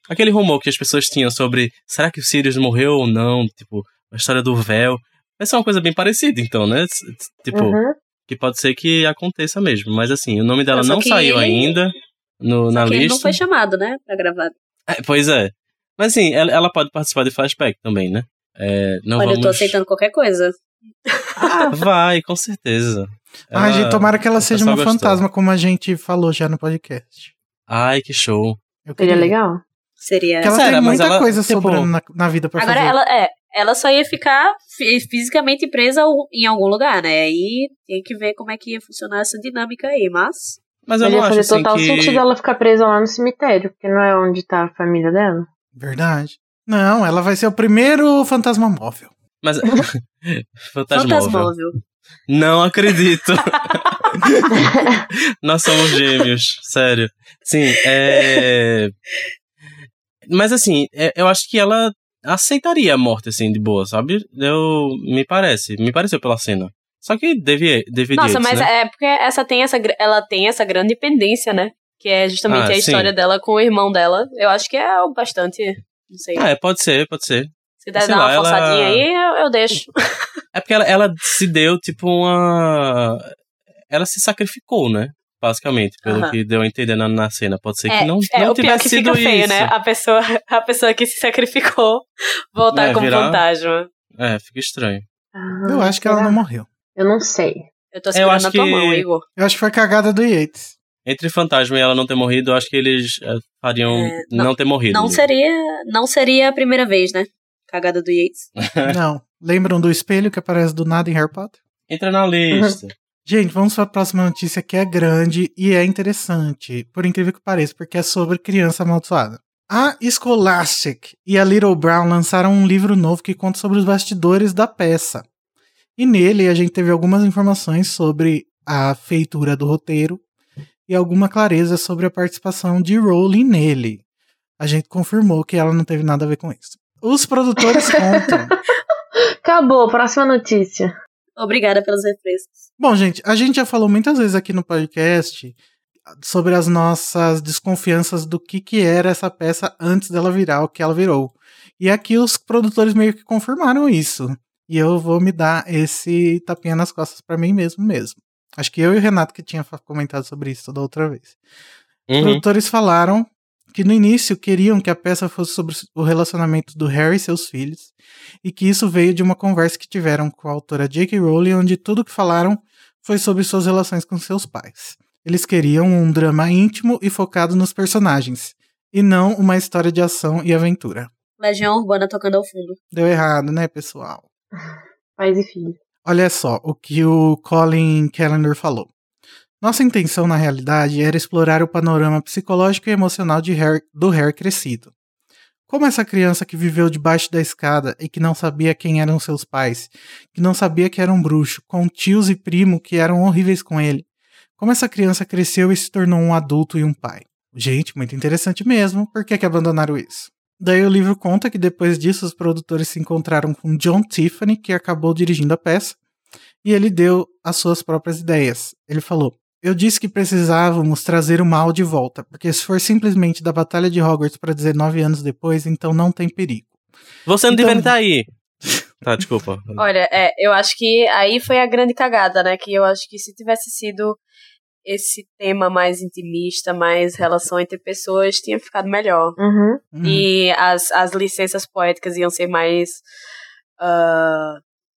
Speaker 3: aquele rumor que as pessoas tinham sobre será que o Sirius morreu ou não, tipo, a história do véu, vai ser uma coisa bem parecida, então, né? S- s- Tipo,
Speaker 2: Uhum.
Speaker 3: que pode ser que aconteça mesmo, mas assim, o nome dela
Speaker 4: Só
Speaker 3: não
Speaker 4: que
Speaker 3: saiu
Speaker 4: ele-
Speaker 3: ainda no, na
Speaker 4: Porque ele não
Speaker 3: lista.
Speaker 4: foi chamado, né? Pra gravar.
Speaker 3: É, pois é. Mas assim, ela, ela pode participar de flashback também, né? É, não
Speaker 4: Olha,
Speaker 3: vamos... Ah,
Speaker 4: eu tô aceitando qualquer coisa.
Speaker 3: Vai, com certeza.
Speaker 1: Ai,
Speaker 3: Ah,
Speaker 1: gente, tomara que ela
Speaker 3: o
Speaker 1: seja uma
Speaker 3: pessoal gostou.
Speaker 1: fantasma, como a gente falou já no podcast.
Speaker 3: Ai, que show.
Speaker 1: Eu
Speaker 2: Seria
Speaker 1: queria-
Speaker 2: legal.
Speaker 4: Seria.
Speaker 1: Porque ela
Speaker 3: É, Sério,
Speaker 1: tem
Speaker 3: mas
Speaker 1: muita
Speaker 3: ela,
Speaker 1: coisa
Speaker 3: tipo,
Speaker 1: sobrando na, na vida pra
Speaker 4: Agora
Speaker 1: fazer.
Speaker 4: ela é. Ela só ia ficar fi- fisicamente presa ao- em algum lugar, né? Aí tem que ver como é que ia funcionar essa dinâmica aí, mas.
Speaker 3: Mas eu não
Speaker 2: Mas ia
Speaker 3: acho
Speaker 2: fazer
Speaker 3: assim
Speaker 2: total
Speaker 3: que...
Speaker 2: sentido ela ficar presa lá no cemitério, porque não é onde tá a família dela.
Speaker 1: Verdade. Não, ela vai ser o primeiro fantasma móvel.
Speaker 3: Mas... Fantasmóvel.
Speaker 4: Fantasmóvel.
Speaker 3: Não acredito. Nós somos gêmeos, sério. Sim, é. Mas assim, é- eu acho que ela aceitaria a morte, assim, de boa, sabe? Eu. Me parece. Me pareceu pela cena. Só que devia. devia
Speaker 4: Nossa, mas
Speaker 3: né?
Speaker 4: é porque essa tem essa, gr- ela tem essa grande pendência, né? Que é justamente
Speaker 3: Ah,
Speaker 4: a
Speaker 3: sim.
Speaker 4: história dela com o irmão dela. Eu acho que é algo bastante. Não sei.
Speaker 3: Ah, é, pode ser, pode ser.
Speaker 4: Se der
Speaker 3: sei
Speaker 4: dar
Speaker 3: lá,
Speaker 4: uma
Speaker 3: ela-
Speaker 4: forçadinha aí, eu, eu deixo.
Speaker 3: É porque ela, ela se deu, tipo, uma. Ela se sacrificou, né? Basicamente, pelo
Speaker 4: Aham.
Speaker 3: que deu a entender na, na cena. Pode ser que não,
Speaker 4: é,
Speaker 3: não
Speaker 4: o pior
Speaker 3: tivesse
Speaker 4: que fica
Speaker 3: sido
Speaker 4: feio,
Speaker 3: isso.
Speaker 4: né? A pessoa, a pessoa que se sacrificou voltar
Speaker 3: É,
Speaker 4: como
Speaker 3: virar-
Speaker 4: fantasma.
Speaker 3: É, fica estranho.
Speaker 2: Ah,
Speaker 1: Eu acho que ela
Speaker 2: será?
Speaker 1: não morreu.
Speaker 2: Eu não sei.
Speaker 4: Eu tô segurando
Speaker 3: acho
Speaker 4: a tua
Speaker 3: que-
Speaker 4: mão, Igor.
Speaker 1: Eu acho que foi cagada do Yates.
Speaker 3: Entre fantasma e ela não ter morrido, eu acho que eles é, fariam
Speaker 4: É, não-
Speaker 3: não, ter morrido.
Speaker 4: Não seria, não seria a primeira vez, né? Cagada do Yates.
Speaker 1: Não. Lembram do espelho que aparece do nada em Harry Potter?
Speaker 3: Entra
Speaker 4: Uhum.
Speaker 3: na lista.
Speaker 1: Gente, vamos para a próxima notícia que é grande e é interessante, por incrível que pareça, porque é sobre criança amaldiçoada. A Scholastic e a Little Brown lançaram um livro novo que conta sobre os bastidores da peça. E nele a gente teve algumas informações sobre a feitura do roteiro e alguma clareza sobre a participação de Rowling nele. A gente confirmou que ela não teve nada a ver com isso. Os produtores contam
Speaker 2: Acabou, próxima notícia.
Speaker 4: Obrigada pelos refrescos.
Speaker 1: Bom, gente, a gente já falou muitas vezes aqui no podcast sobre as nossas desconfianças do que, que era essa peça antes dela virar o que ela virou. E aqui os produtores meio que confirmaram isso. E eu vou me dar esse tapinha nas costas pra mim mesmo mesmo. Acho que eu e o Renato que tinha fa- comentado sobre isso da outra vez. Os
Speaker 3: Uhum.
Speaker 1: produtores falaram que no início queriam que a peça fosse sobre o relacionamento do Harry e seus filhos, e que isso veio de uma conversa que tiveram com a autora J.K. Rowling, onde tudo que falaram foi sobre suas relações com seus pais. Eles queriam um drama íntimo e focado nos personagens, e não uma história de ação e aventura.
Speaker 4: Legião Urbana tocando ao fundo.
Speaker 1: Deu errado, né, pessoal?
Speaker 2: Pais e filhos.
Speaker 1: Olha só o que o Colin Callender falou. Nossa intenção, na realidade, era explorar o panorama psicológico e emocional de Harry- do Harry crescido. Como essa criança que viveu debaixo da escada e que não sabia quem eram seus pais, que não sabia que era um bruxo, com tios e primo que eram horríveis com ele. Como essa criança cresceu e se tornou um adulto e um pai. Gente, muito interessante mesmo. Por que, que abandonaram isso? Daí o livro conta que depois disso os produtores se encontraram com John Tiffany, que acabou dirigindo a peça, e ele deu as suas próprias ideias. Ele falou: Eu disse que precisávamos trazer o mal de volta, porque se for simplesmente da Batalha de Hogwarts para 19 anos depois, então não tem perigo.
Speaker 3: Você não
Speaker 1: Então-
Speaker 3: devia estar aí. Tá, desculpa.
Speaker 4: Olha, é, eu acho que aí foi a grande cagada, né? Que eu acho que se tivesse sido esse tema mais intimista, mais relação entre pessoas, tinha ficado melhor.
Speaker 2: Uhum.
Speaker 1: Uhum.
Speaker 4: E as, as licenças poéticas iam ser mais ah,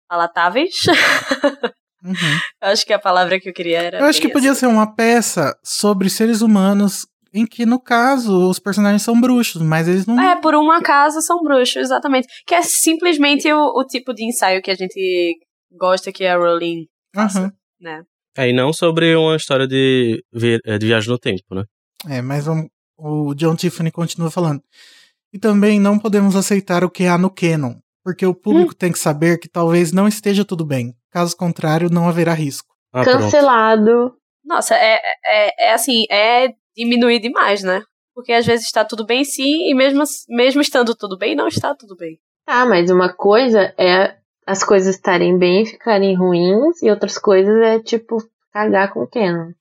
Speaker 4: palatáveis.
Speaker 1: Uhum.
Speaker 4: Eu acho que a palavra que eu queria era.
Speaker 1: Eu acho que
Speaker 4: bem
Speaker 1: podia ser uma peça sobre seres humanos em que, no caso, os personagens são bruxos, mas eles não.
Speaker 4: É, por um acaso são bruxos, exatamente. Que é simplesmente o, o tipo de ensaio que a gente gosta que é a Rowling. faça,
Speaker 1: Aham.
Speaker 4: né?
Speaker 3: Aí não sobre uma história de, vi- é, de viagem no tempo, né?
Speaker 1: É, mas vamos- o John Tiffany continua falando. E também não podemos aceitar o que há no canon, porque o público
Speaker 4: Hum.
Speaker 1: tem que saber que talvez não esteja tudo bem. Caso contrário, não haverá risco.
Speaker 3: Ah, pronto.
Speaker 2: Cancelado.
Speaker 4: Nossa, é, é, é assim, é diminuir demais, né? Porque às vezes está tudo bem sim, e mesmo, ass- mesmo estando tudo bem, não está tudo bem.
Speaker 2: Tá, mas uma coisa é as coisas estarem bem e ficarem ruins, e outras coisas é tipo cagar com o Canon.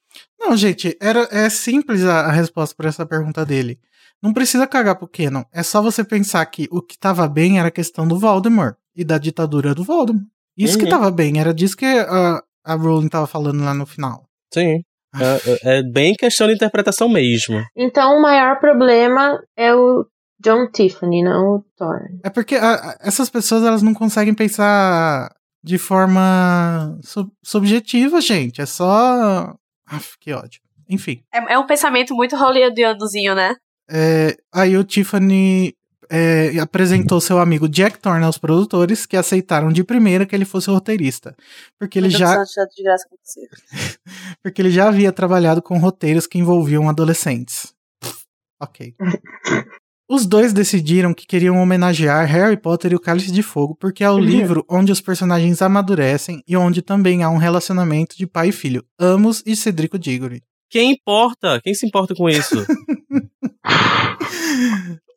Speaker 1: Não, gente, era, é simples a, a resposta para essa pergunta dele. Não precisa cagar pro Canon. É só você pensar que o que tava bem era a questão do Voldemort e da ditadura do Voldemort. Isso que
Speaker 3: Uhum.
Speaker 1: tava bem, era disso que a, a Rowling tava falando lá no final.
Speaker 3: Sim. É, é bem questão de interpretação mesmo.
Speaker 2: Então o maior problema é o John Tiffany, não o Thorne.
Speaker 1: É porque a- a- essas pessoas elas não conseguem pensar de forma sub- subjetiva, gente. É só. Aff, que ódio. Enfim.
Speaker 4: É, é um pensamento muito hollywoodianozinho, né?
Speaker 1: É, aí o Tiffany é, apresentou seu amigo Jack Thorne aos produtores, que aceitaram de primeira que ele fosse o roteirista. Porque ele,
Speaker 4: Meu Deus do
Speaker 1: já,
Speaker 4: céu, deixa de graça com você.
Speaker 1: porque ele já havia trabalhado com roteiros que envolviam adolescentes. Ok. Os dois decidiram que queriam homenagear Harry Potter e o Cálice de Fogo, porque é o livro onde os personagens amadurecem e onde também há um relacionamento de pai e filho, Amos e Cedrico Diggory.
Speaker 3: Quem importa? Quem se importa com isso?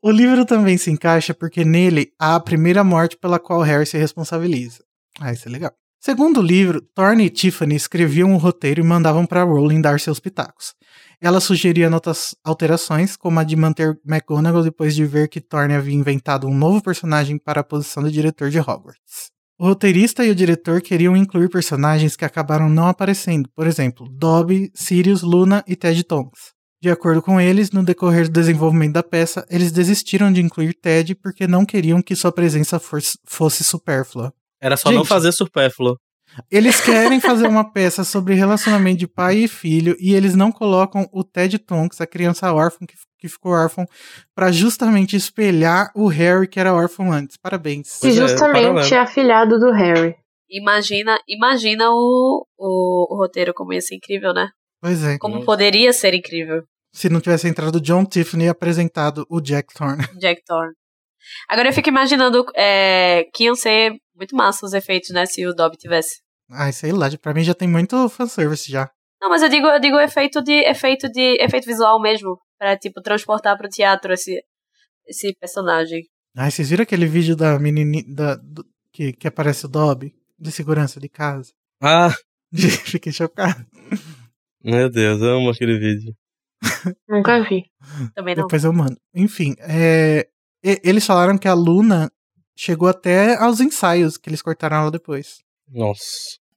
Speaker 1: O livro também se encaixa porque nele há a primeira morte pela qual Harry se responsabiliza. Ah, isso é legal. Segundo o livro, Thorne e Tiffany escreviam o roteiro e mandavam para Rowling dar seus pitacos. Ela sugeria notas alterações, como a de manter McGonagall depois de ver que Thorne havia inventado um novo personagem para a posição do diretor de Hogwarts. O roteirista e o diretor queriam incluir personagens que acabaram não aparecendo, por exemplo, Dobby, Sirius, Luna e Ted Tonks. De acordo com eles, no decorrer do desenvolvimento da peça, eles desistiram de incluir Ted porque não queriam que sua presença fosse- fosse supérflua.
Speaker 3: Era só não
Speaker 1: Gente.
Speaker 3: fazer supérfluo.
Speaker 1: Eles querem fazer uma peça sobre relacionamento de pai e filho e eles não colocam o Ted Tonks, a criança órfã que, que ficou órfã, pra justamente espelhar o Harry que era órfão antes. Parabéns.
Speaker 3: Pois
Speaker 2: Que
Speaker 3: é,
Speaker 2: justamente
Speaker 3: paralelo.
Speaker 2: é afilhado do Harry.
Speaker 4: Imagina, imagina o, o, o roteiro como ia ser incrível, né?
Speaker 1: Pois é.
Speaker 4: Como
Speaker 3: Nossa.
Speaker 4: poderia ser incrível,
Speaker 1: Se não tivesse entrado o John Tiffany e apresentado o Jack Thorne.
Speaker 4: Jack Thorne. Agora eu fico imaginando é, que iam ser muito massa os efeitos, né? Se o Dobby tivesse.
Speaker 1: Ai, sei lá, pra mim já tem muito fanservice já.
Speaker 4: Não, mas eu digo, eu digo efeito de efeito de efeito visual mesmo, Pra, tipo transportar pro teatro esse esse personagem.
Speaker 1: Ai, vocês viram aquele vídeo da menininha da, do- que, que aparece o Dobby de segurança de casa?
Speaker 3: Ah,
Speaker 1: Fiquei chocado.
Speaker 3: meu Deus, eu amo aquele vídeo.
Speaker 2: Nunca vi.
Speaker 4: Também não.
Speaker 1: Depois eu mando. Enfim, é, e- eles falaram que a Luna chegou até aos ensaios que eles cortaram ela depois.
Speaker 3: Nossa.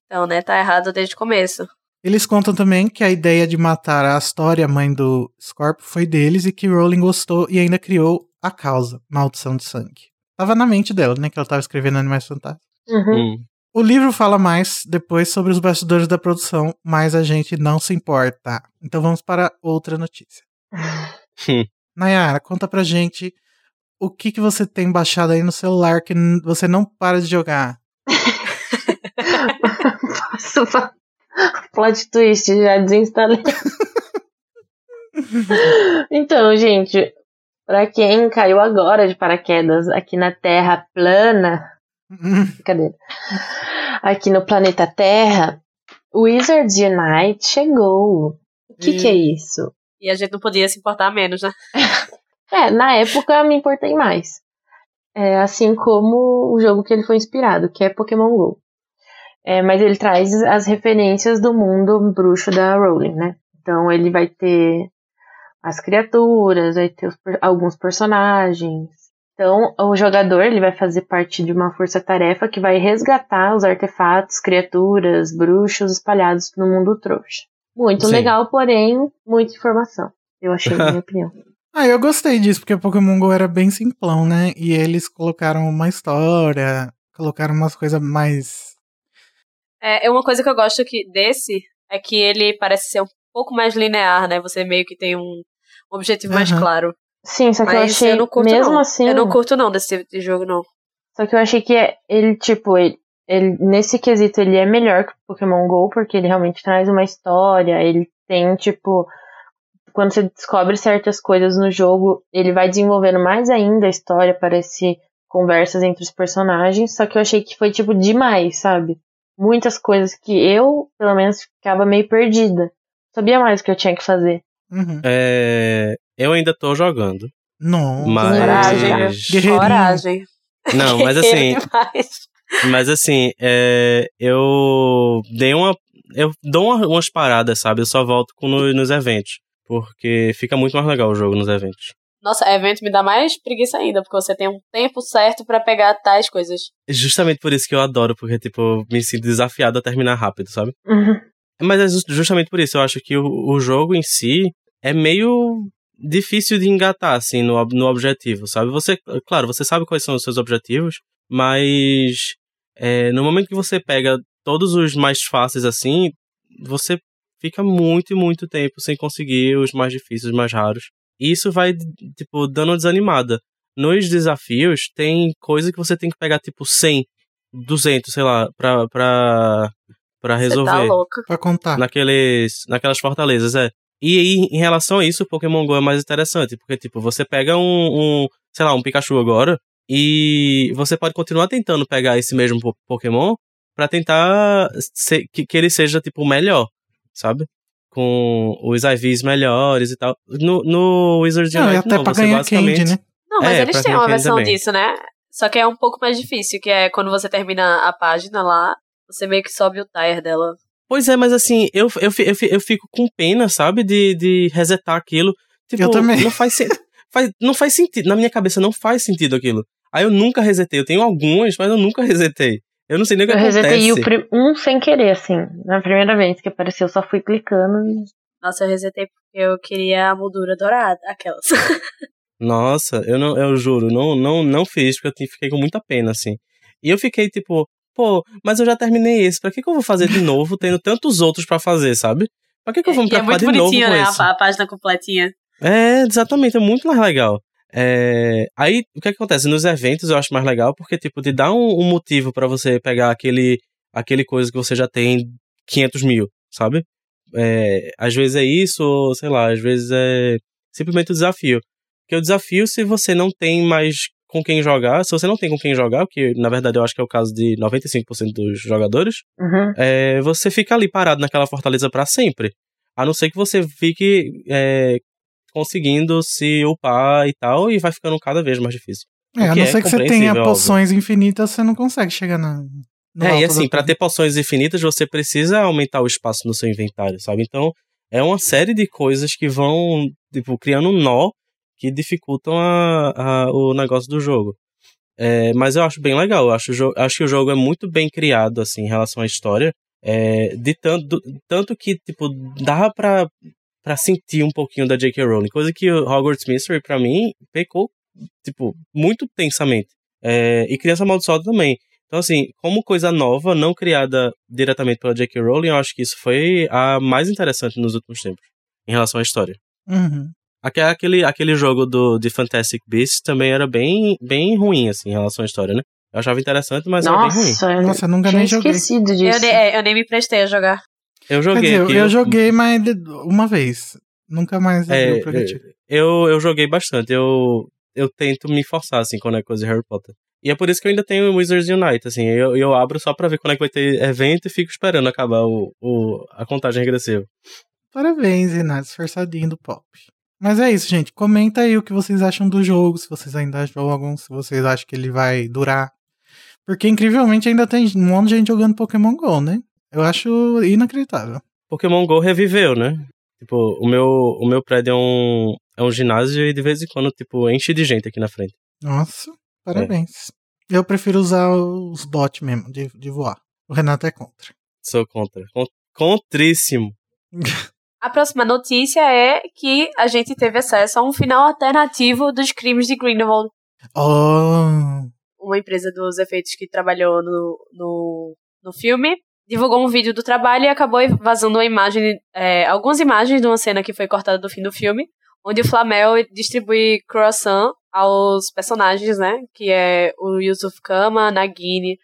Speaker 4: Então, né, tá errado desde o começo.
Speaker 1: Eles contam também que a ideia de matar a Astoria, mãe do Scorpio, foi deles e que Rowling gostou e ainda criou a causa, Maldição de Sangue. Tava na mente dela, né, que ela tava escrevendo Animais Fantásticos.
Speaker 2: Uhum.
Speaker 3: Hum.
Speaker 1: O livro fala mais depois sobre os bastidores da produção, mas a gente não se importa. Então vamos para outra notícia. Nayara, conta pra gente o que, que você tem baixado aí no celular que n- você não para de jogar.
Speaker 2: Posso falar? Plot twist, já desinstalei. então, gente, pra quem caiu agora de paraquedas aqui na Terra plana,
Speaker 1: Hum,
Speaker 2: brincadeira, aqui no planeta Terra, Wizards Unite chegou. O que, que é isso?
Speaker 4: E a gente não podia se importar menos, né?
Speaker 2: É, na época eu me importei mais. É, assim como o jogo que ele foi inspirado, que é Pokémon GO. É, mas ele traz as referências do mundo bruxo da Rowling, né? Então ele vai ter as criaturas, vai ter os per- alguns personagens. Então o jogador ele vai fazer parte de uma força-tarefa que vai resgatar os artefatos, criaturas, bruxos espalhados no mundo trouxa. Muito
Speaker 3: Sim.
Speaker 2: legal, porém, muita informação. Eu achei, na minha opinião.
Speaker 1: Ah, eu gostei disso, porque Pokémon GO era bem simplão, né? E eles colocaram uma história, colocaram umas coisas mais.
Speaker 4: É, é uma coisa que eu gosto que desse é que ele parece ser um pouco mais linear, né? Você meio que tem um objetivo mais
Speaker 1: Aham.
Speaker 4: claro.
Speaker 2: Sim, só É que eu
Speaker 4: Mas
Speaker 2: achei
Speaker 4: eu não curto,
Speaker 2: mesmo
Speaker 4: não.
Speaker 2: assim.
Speaker 4: Eu não curto não desse tipo de jogo, não.
Speaker 2: Só que eu achei que é- ele, tipo, ele, ele- nesse quesito ele é melhor que o Pokémon GO, porque ele realmente traz uma história, ele tem, tipo, quando você descobre certas coisas no jogo, ele vai desenvolvendo mais ainda a história, parece conversas entre os personagens, só que eu achei que foi, tipo, demais, sabe? Muitas coisas que eu, pelo menos, ficava meio perdida. Sabia mais o que eu tinha que fazer.
Speaker 1: Uhum.
Speaker 3: É, eu ainda tô jogando,
Speaker 1: Não.
Speaker 3: mas...
Speaker 4: Coragem.
Speaker 1: Guerreirinho.
Speaker 4: Coragem.
Speaker 3: Não, mas assim,
Speaker 4: é Demais.
Speaker 3: Mas assim, é, eu dei uma. Eu dou uma- umas paradas, sabe? Eu só volto com no- nos eventos. Porque fica muito mais legal o jogo nos eventos.
Speaker 4: Nossa, evento me dá mais preguiça ainda, porque você tem um tempo certo pra pegar tais coisas.
Speaker 3: Justamente por isso que eu adoro, porque, tipo, eu me sinto desafiado a terminar rápido, sabe? Mas é jus- justamente por isso, eu acho que o, o jogo em si é meio difícil de engatar, assim, no, ob- no objetivo, sabe? Você, claro, você sabe quais são os seus objetivos, mas é, no momento que você pega todos os mais fáceis, assim, você fica muito, muito tempo sem conseguir os mais difíceis, os mais raros. E isso vai, tipo, dando uma desanimada. Nos desafios, tem coisa que você tem que pegar, tipo, 100, 200, sei lá, pra, pra,
Speaker 4: Você
Speaker 3: pra
Speaker 4: tá
Speaker 3: resolver
Speaker 4: louca.
Speaker 1: Pra contar.
Speaker 3: naqueles, naquelas fortalezas, é. E aí, em relação a isso, o Pokémon GO é mais interessante, porque, tipo, você pega um, um, sei lá, um Pikachu agora, e você pode continuar tentando pegar esse mesmo po- Pokémon pra tentar ser- que, que ele seja, tipo, melhor, sabe? Com os IVs melhores e tal. No, no Wizards
Speaker 1: Não, e
Speaker 3: Unite,
Speaker 1: até
Speaker 3: não,
Speaker 1: pra
Speaker 3: você
Speaker 1: ganhar
Speaker 3: basicamente...
Speaker 1: candy, né?
Speaker 4: Não, mas
Speaker 3: É,
Speaker 4: eles
Speaker 3: pra
Speaker 4: têm uma
Speaker 3: Nintendo
Speaker 4: versão
Speaker 3: também.
Speaker 4: disso, né? Só que é um pouco mais difícil, que é quando você termina a página lá, você meio que sobe o tire dela.
Speaker 3: Pois é, mas assim, eu, eu, fi- eu, fi- eu fico com pena, sabe, de, de resetar aquilo. Tipo,
Speaker 1: Eu também.
Speaker 3: Não faz, sen- faz- não faz sentido. Na minha cabeça não faz sentido aquilo. Aí eu nunca resetei. Eu tenho algumas, mas eu nunca resetei. Eu não sei nem o que
Speaker 2: Eu
Speaker 3: acontece.
Speaker 2: resetei o prim- um sem querer, assim. Na primeira vez que apareceu, eu só fui clicando e.
Speaker 4: Nossa, eu resetei porque eu queria a moldura dourada, aquelas.
Speaker 3: Nossa, eu não, eu juro, não, não, não fiz, porque eu ti- fiquei com muita pena, assim. E eu fiquei tipo, pô, mas eu já terminei esse, pra que, que eu vou fazer de novo, tendo tantos outros pra fazer, sabe? Pra que, que eu vou me
Speaker 4: E é
Speaker 3: preocupar
Speaker 4: muito
Speaker 3: de novo com
Speaker 4: bonitinho, né?
Speaker 3: esse?
Speaker 4: A, a página completinha.
Speaker 3: É, exatamente, é muito mais legal. É, aí, o que acontece? Nos eventos eu acho mais legal, porque, tipo, te dá um, um motivo pra você pegar aquele, aquele coisa que você já tem 500 mil, sabe? É, às vezes é isso, ou sei lá, às vezes é simplesmente o desafio. Porque o desafio, se você não tem mais com quem jogar, se você não tem com quem jogar, o que na verdade eu acho que é o caso de 95% dos jogadores,
Speaker 2: Uhum.
Speaker 3: é, você fica ali parado naquela fortaleza pra sempre. A não ser que você fique é, conseguindo se upar e tal, e vai ficando cada vez mais difícil.
Speaker 1: É, a
Speaker 3: que
Speaker 1: não
Speaker 3: é
Speaker 1: ser que você tenha
Speaker 3: compreensível, óbvio.
Speaker 1: poções infinitas, você não consegue chegar na. no
Speaker 3: é,
Speaker 1: alto
Speaker 3: e
Speaker 1: da
Speaker 3: assim, pra ter poções infinitas, você precisa aumentar o espaço no seu inventário, sabe? Então, é uma série de coisas que vão, tipo, criando um nó que dificultam a- a- o negócio do jogo. É, mas eu acho bem legal, eu acho, o jo- acho que o jogo é muito bem criado, assim, em relação à história. É, de tanto, tanto que, tipo, dá pra, pra sentir um pouquinho da J.K. Rowling, coisa que o Hogwarts Mystery, pra mim, pecou, tipo, muito tensamente. É, e Criança Amaldiçoada também. Então, assim, como coisa nova, não criada diretamente pela J.K. Rowling, eu acho que isso foi a mais interessante nos últimos tempos, em relação à história.
Speaker 1: Uhum.
Speaker 3: Aque- Aquele, aquele jogo do, de Fantastic Beasts também era bem, bem ruim, assim, em relação à história, né? Eu achava interessante, mas era bem ruim.
Speaker 2: Nossa, eu
Speaker 1: Nossa, eu nunca
Speaker 2: tinha
Speaker 1: nem joguei.
Speaker 2: esquecido
Speaker 4: Eu,
Speaker 2: disso.
Speaker 4: ne- é, eu nem me prestei a jogar.
Speaker 3: Eu
Speaker 1: Quer
Speaker 3: joguei
Speaker 1: dizer, eu,
Speaker 3: aqui,
Speaker 1: eu joguei, mas de- uma vez. Nunca mais abri
Speaker 3: É,
Speaker 1: o progretivo.
Speaker 3: eu, eu joguei bastante. Eu, eu tento me forçar, assim, quando é coisa de Harry Potter. E é por isso que eu ainda tenho Wizards Unite, assim. Eu, eu abro só pra ver quando é que vai ter evento e fico esperando acabar o, o, a contagem regressiva.
Speaker 1: Parabéns, Renato, esforçadinho do pop. Mas é isso, gente. Comenta aí o que vocês acham do jogo, se vocês ainda jogam, se vocês acham que ele vai durar. Porque, incrivelmente, ainda tem um monte de gente jogando Pokémon GO, né? Eu acho inacreditável.
Speaker 3: Pokémon GO reviveu, né? Tipo, o meu, o meu prédio é um, é um ginásio e de vez em quando, tipo, enche de gente aqui na frente.
Speaker 1: Nossa, parabéns. Eu prefiro usar os bots mesmo, de, de voar. O Renato é contra.
Speaker 3: Sou contra. Con- Contríssimo.
Speaker 4: A próxima notícia é que a gente teve acesso a um final alternativo dos crimes de Grindelwald.
Speaker 1: Oh,
Speaker 4: uma empresa dos efeitos que trabalhou no, no, no filme, divulgou um vídeo do trabalho e acabou vazando uma imagem, é, algumas imagens de uma cena que foi cortada do fim do filme, onde o Flamel distribui croissant aos personagens, né? Que é o Yusuf Kama, Nagini,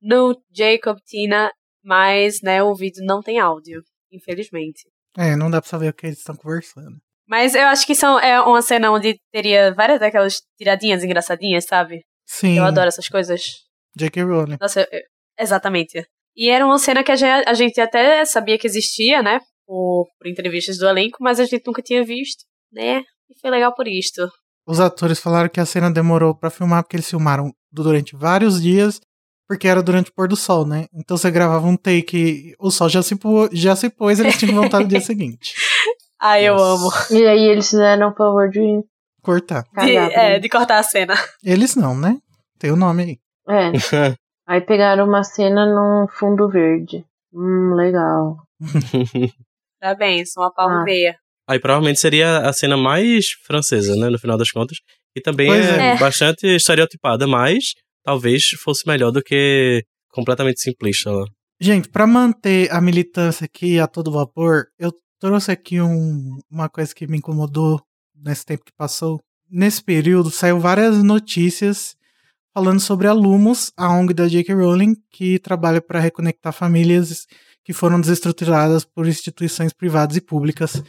Speaker 4: no Jacob, Tina, mas né, o vídeo não tem áudio, infelizmente.
Speaker 1: é, não dá pra saber o que eles estão conversando.
Speaker 4: Mas eu acho que são, é uma cena onde teria várias daquelas tiradinhas engraçadinhas, sabe?
Speaker 1: Sim,
Speaker 4: Eu adoro essas coisas.
Speaker 1: J.K. Rowling.
Speaker 4: Nossa, eu- eu- exatamente. E era uma cena que a gen- a gente, até sabia que existia, né? Por, por entrevistas do elenco, mas a gente nunca tinha visto, né? E foi legal por isto.
Speaker 1: Os atores falaram que a cena demorou pra filmar porque eles filmaram du- durante vários dias, porque era durante o pôr do sol, né? Então você gravava um take, o sol já se, pô- já se pôs, eles tinham que voltar no dia seguinte.
Speaker 4: Ai, Ah, eu
Speaker 3: Nossa.
Speaker 4: amo.
Speaker 2: E aí eles fizeram o favor de
Speaker 1: Cortar.
Speaker 4: De,
Speaker 2: cagar. pra
Speaker 4: é,
Speaker 2: mim.
Speaker 4: de cortar a cena.
Speaker 1: Eles não, né? Tem o nome aí.
Speaker 2: É. Aí pegaram uma cena num fundo verde. Hum, legal.
Speaker 4: Parabéns, uma palma
Speaker 2: Ah.
Speaker 4: e meia.
Speaker 3: Aí provavelmente seria a cena mais francesa, né? No final das contas. E também
Speaker 1: Pois
Speaker 3: é,
Speaker 4: é.
Speaker 3: bastante estereotipada, mas talvez fosse melhor do que completamente simplista lá.
Speaker 1: Gente, pra manter a militância aqui a todo vapor, eu trouxe aqui um- uma coisa que me incomodou nesse tempo que passou. Nesse período, saiu várias notícias falando sobre a Lumos, a ONG da J.K. Rowling, que trabalha para reconectar famílias que foram desestruturadas por instituições privadas e públicas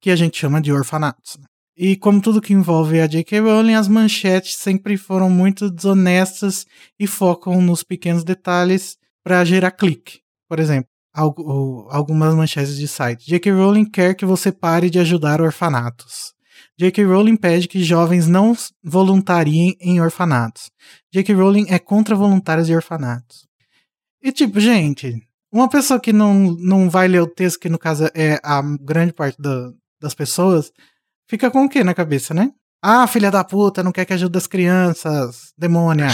Speaker 1: que a gente chama de orfanatos. né? E como tudo que envolve a J.K. Rowling, as manchetes sempre foram muito desonestas e focam nos pequenos detalhes para gerar clique. Por exemplo, algu- o- algumas manchetes de site. J.K. Rowling quer que você pare de ajudar orfanatos. J.K. Rowling pede que jovens não s- voluntariem em orfanatos. J.K. Rowling é contra voluntários de orfanatos. E tipo, gente, uma pessoa que não, não vai ler o texto, que no caso é a grande parte da- das pessoas, fica com o que na cabeça, né? Ah, filha da puta, não quer que ajude as crianças, demônia.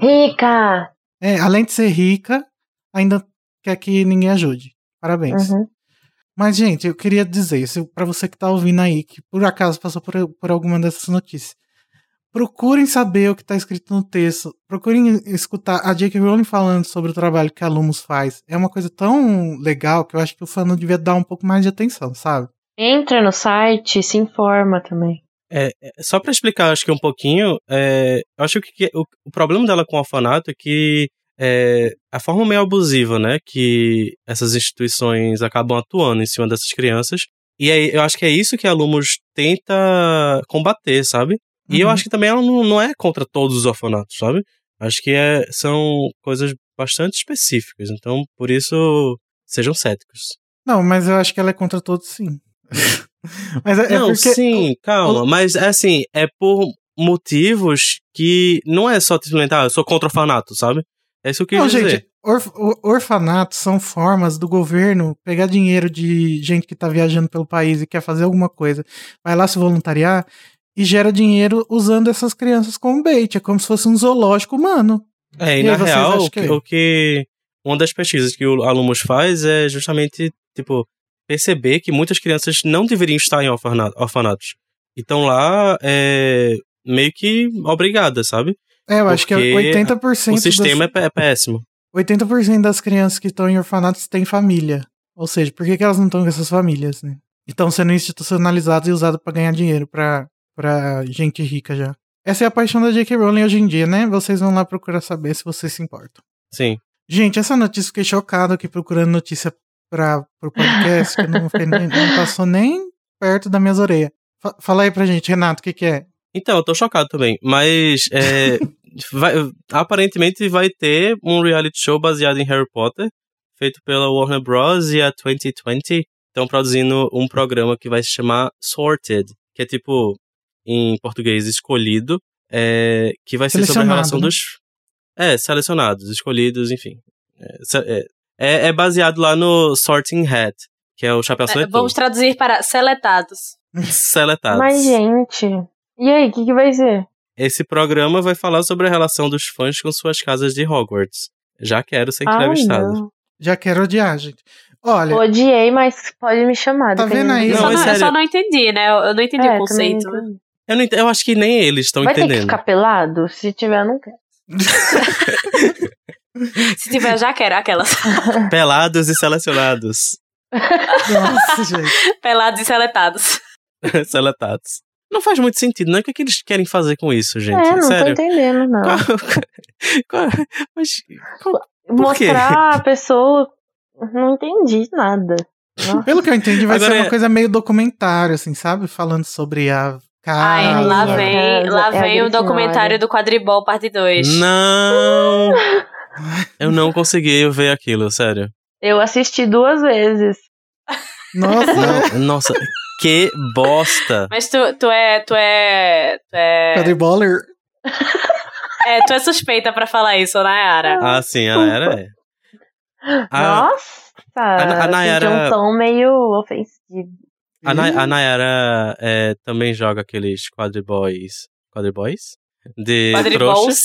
Speaker 2: Rica!
Speaker 1: é, além de ser rica, ainda quer que ninguém ajude. Parabéns.
Speaker 2: Uhum.
Speaker 1: Mas, gente, eu queria dizer isso para você que tá ouvindo aí, que por acaso passou por, por alguma dessas notícias. Procurem saber o que tá escrito no texto. Procurem escutar a J.K. Rowling falando sobre o trabalho que a Lumos faz. É uma coisa tão legal que eu acho que o fã não devia dar um pouco mais de atenção, sabe?
Speaker 2: Entra no site, se informa também.
Speaker 3: Só pra explicar, acho que um pouquinho, é, eu acho que que o, o problema dela com o orfanato é que é, a forma meio abusiva, né, que essas instituições acabam atuando em cima dessas crianças. E aí, eu acho que é isso que a Lumos tenta combater, sabe? E eu
Speaker 1: Uhum.
Speaker 3: acho que também ela não, não é contra todos os orfanatos, sabe? Acho que é, são coisas bastante específicas. Então, por isso, sejam céticos.
Speaker 1: Não, mas eu acho que ela é contra todos, sim. mas é, é
Speaker 3: não,
Speaker 1: porque.
Speaker 3: sim, calma. Mas, é assim, é por motivos que não é só simplesmente, ah, eu sou contra o orfanato, sabe? É isso que eu
Speaker 1: Não,
Speaker 3: quis dizer.
Speaker 1: gente, orf- or- orfanatos são formas do governo pegar dinheiro de gente que tá viajando pelo país e quer fazer alguma coisa, vai lá se voluntariar e gera dinheiro usando essas crianças como bait. É como se fosse um zoológico humano.
Speaker 3: É, e,
Speaker 1: E
Speaker 3: na
Speaker 1: aí, vocês
Speaker 3: real,
Speaker 1: acham
Speaker 3: o que,
Speaker 1: que-
Speaker 3: o que- Uma das pesquisas que o Alunos faz é justamente, tipo, perceber que muitas crianças não deveriam estar em orfana- orfanatos. E estão lá é, meio que obrigadas, sabe?
Speaker 1: É, eu acho que
Speaker 3: Porque
Speaker 1: 80%
Speaker 3: o
Speaker 1: assim.
Speaker 3: sistema é pé- é péssimo.
Speaker 1: das, 80% das crianças que estão em orfanatos têm família. Ou seja, por que, que elas não estão com essas famílias, né? E Estão sendo institucionalizadas e usadas pra ganhar dinheiro pra, pra gente rica já. Essa é a paixão da J.K. Rowling hoje em dia, né? Vocês vão lá procurar saber se vocês se importam.
Speaker 3: Sim.
Speaker 1: Gente, essa notícia eu fiquei chocado aqui procurando notícia para pro podcast, que eu não, fiquei nem- não passou nem perto das minhas orelhas. Fa- Fala aí pra gente, Renato, o que, que é?
Speaker 3: Então, eu tô chocado também. Mas, é, vai- aparentemente, vai ter um reality show baseado em Harry Potter, feito pela Warner Bros. e a 2020. Estão produzindo um programa que vai se chamar Sorted, que é tipo, em português, escolhido, é, que vai ser sobre a
Speaker 1: Selecionado,
Speaker 3: relação
Speaker 1: né?
Speaker 3: dos. É, selecionados, escolhidos, enfim. É, se- É, é- é baseado lá no Sorting Hat, que é o chapéu
Speaker 4: É,
Speaker 3: seletor.
Speaker 4: vamos traduzir para seletados.
Speaker 3: Seletados.
Speaker 2: Mas, gente. E aí, o que, que vai ser?
Speaker 3: Esse programa vai falar sobre a relação dos fãs com suas casas de Hogwarts. Já quero ser
Speaker 2: Ai,
Speaker 3: entrevistado.
Speaker 2: não.
Speaker 1: Já quero odiar, gente. Olha,
Speaker 2: Odiei, mas pode me chamar.
Speaker 1: Tá
Speaker 2: dependendo
Speaker 1: vendo aí?
Speaker 2: do-
Speaker 4: Eu só
Speaker 3: Não, é
Speaker 4: não, eu
Speaker 3: sério.
Speaker 4: só não entendi, né? Eu, eu não entendi
Speaker 2: É,
Speaker 4: o
Speaker 2: também
Speaker 4: conceito. né?
Speaker 2: não entendi.
Speaker 3: eu, não ent- eu acho que nem eles estão
Speaker 2: Vai ter que
Speaker 3: entendendo.
Speaker 2: ficar pelado? Se tiver, eu não quero.
Speaker 4: Se tiver, já quero aquelas.
Speaker 3: Pelados e selecionados.
Speaker 1: nossa, gente.
Speaker 4: Pelados e seletados.
Speaker 3: Seletados. Não faz muito sentido, né? O que, é que eles querem fazer com isso, gente?
Speaker 2: é, não tô
Speaker 3: Sério.
Speaker 2: entendendo, não.
Speaker 3: Qual- qual- Mas por quê?
Speaker 2: Mostrar a pessoa. Não entendi nada.
Speaker 1: Pelo que eu entendi, vai
Speaker 3: Agora
Speaker 1: ser uma
Speaker 3: é-
Speaker 1: coisa meio documentário, assim, sabe? Falando sobre a
Speaker 4: Ai,
Speaker 1: casa.
Speaker 4: lá
Speaker 2: é.
Speaker 4: vem, lá
Speaker 2: É a
Speaker 4: vem o
Speaker 2: Grifinória.
Speaker 4: documentário do quadribol, parte 2.
Speaker 3: Não! Eu não consegui ver aquilo, sério.
Speaker 2: Eu assisti duas vezes.
Speaker 1: Nossa,
Speaker 3: Não, nossa, que bosta!
Speaker 4: Mas tu, tu é. Tu é. Tu é,
Speaker 1: quadriboller.
Speaker 4: é, tu é suspeita pra falar isso, né, Nayara.
Speaker 3: Ah, sim, a Nayara é. A-
Speaker 2: Nossa!
Speaker 3: Ah, a
Speaker 2: senti
Speaker 3: Nayara-
Speaker 2: um tom meio ofensivo.
Speaker 3: A, Na- Ah, é
Speaker 4: Uhum.
Speaker 3: a Nayara é, também joga aqueles quadriboys. Quadriboys? De trouxa.
Speaker 4: Quadribols.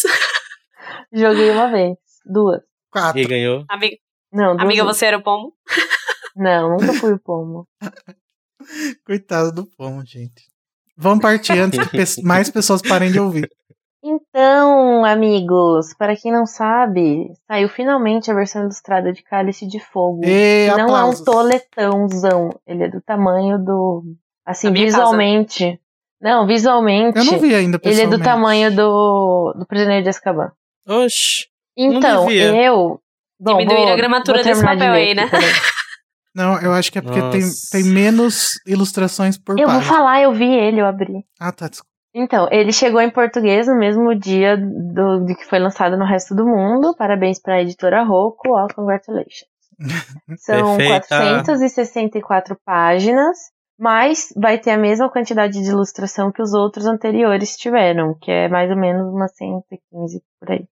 Speaker 2: Joguei uma vez. Duas.
Speaker 3: E
Speaker 1: Quatro.
Speaker 3: ganhou.
Speaker 4: Amiga,
Speaker 2: Não, duas
Speaker 4: amiga,
Speaker 2: vezes.
Speaker 4: você era o pombo?
Speaker 2: Não, nunca fui o pomo.
Speaker 1: Coitado do pão, gente. Vamos partir antes que pe- mais pessoas parem de ouvir.
Speaker 2: Então, amigos, para quem não sabe, saiu finalmente a versão ilustrada de Cálice de Fogo.
Speaker 1: E
Speaker 2: não
Speaker 1: aplausos.
Speaker 2: é um toletãozão. Ele é do tamanho do. Assim,
Speaker 4: Da minha
Speaker 2: visualmente. Não, visualmente.
Speaker 1: Eu não vi ainda,
Speaker 2: ele é do
Speaker 1: pessoalmente.
Speaker 2: tamanho do, do Prisioneiro de Azkaban.
Speaker 3: Oxi.
Speaker 2: Então,
Speaker 3: devia.
Speaker 2: eu. Bom,
Speaker 4: Diminuir
Speaker 2: vou-
Speaker 4: a gramatura
Speaker 2: vou
Speaker 4: desse
Speaker 2: terminar de
Speaker 4: papel
Speaker 2: ler
Speaker 4: aí,
Speaker 2: aqui,
Speaker 4: né?
Speaker 2: peraí.
Speaker 1: Não, eu acho que é porque tem,
Speaker 3: Nossa.
Speaker 1: tem menos ilustrações por
Speaker 2: Eu vou
Speaker 1: página.
Speaker 2: falar, eu vi ele, eu abri.
Speaker 1: Ah, tá. desculpa.
Speaker 2: Então, ele chegou em português no mesmo dia do, de que foi lançado no resto do mundo. Parabéns para a editora Rocco, all congratulations. São
Speaker 3: Perfeita.
Speaker 2: 464 páginas, mas vai ter a mesma quantidade de ilustração que os outros anteriores tiveram, que é mais ou menos umas 115 por aí.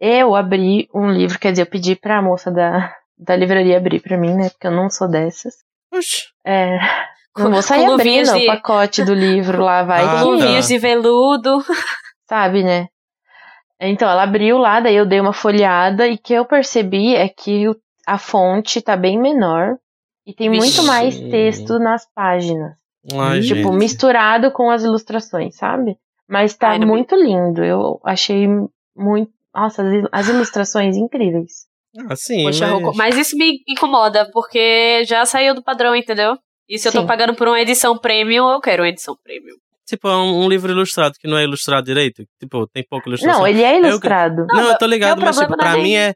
Speaker 2: Eu abri um livro, quer dizer, eu pedi pra moça da, da livraria abrir pra mim, né? Porque eu não sou dessas.
Speaker 3: Oxi.
Speaker 2: É, a moça ia
Speaker 4: luvinhas
Speaker 2: abrindo o
Speaker 4: de,
Speaker 2: pacote do livro lá, vai
Speaker 3: Ah,
Speaker 2: que-
Speaker 3: tá.
Speaker 4: luvinhas de veludo.
Speaker 2: sabe, né? Então, ela abriu lá, daí eu dei uma folheada e o que eu percebi é que o- a fonte tá bem menor e tem
Speaker 4: Vixe.
Speaker 2: muito mais texto nas páginas.
Speaker 3: Ai,
Speaker 1: Hum,
Speaker 2: Tipo,
Speaker 3: gente.
Speaker 2: misturado com as ilustrações, sabe? Mas tá
Speaker 4: Ai, não me-
Speaker 2: muito lindo. Eu achei muito. Nossa, as, il- as ilustrações incríveis.
Speaker 3: Ah, sim,
Speaker 4: Poxa,
Speaker 3: mas...
Speaker 4: Rocco, mas isso me incomoda, porque já saiu do padrão, entendeu? E se eu tô
Speaker 2: Sim.
Speaker 4: pagando por uma edição premium, eu quero uma edição premium.
Speaker 3: Tipo, é um, um livro ilustrado que não é ilustrado direito. Tipo, tem pouca ilustração.
Speaker 2: Não, ele é
Speaker 3: que-
Speaker 2: ilustrado.
Speaker 3: Não, eu tô ligado,
Speaker 4: meu
Speaker 3: mas tipo,
Speaker 4: problema não é
Speaker 3: pra mim
Speaker 4: nem-
Speaker 3: é.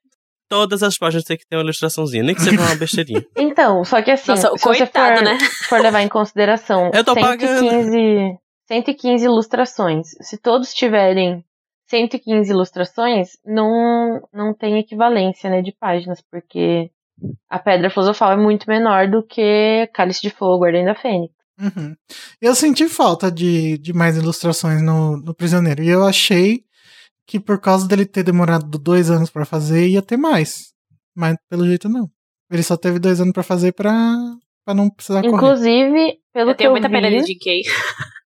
Speaker 3: Todas as páginas tem que ter uma ilustraçãozinha, nem que seja uma besteirinha.
Speaker 2: Então, só que assim,
Speaker 4: Nossa,
Speaker 2: se você
Speaker 4: coitado,
Speaker 2: for,
Speaker 4: né?
Speaker 2: for levar em consideração
Speaker 3: Eu tô
Speaker 2: 115, 115 ilustrações, se todos tiverem 115 ilustrações, não, não tem equivalência né, de páginas, porque a Pedra Filosofal é muito menor do que Cálice de Fogo, Ordem da Fênix.
Speaker 1: Uhum. Eu senti falta de, de mais ilustrações no, no Prisioneiro. E eu achei que por causa dele ter demorado dois anos pra fazer, ia ter mais. Mas pelo jeito não. Ele só teve dois anos pra fazer pra, pra não precisar correr.
Speaker 2: Inclusive, pelo
Speaker 4: Eu
Speaker 2: que
Speaker 4: tenho
Speaker 2: eu
Speaker 4: muita pena
Speaker 2: vi,
Speaker 4: de GK.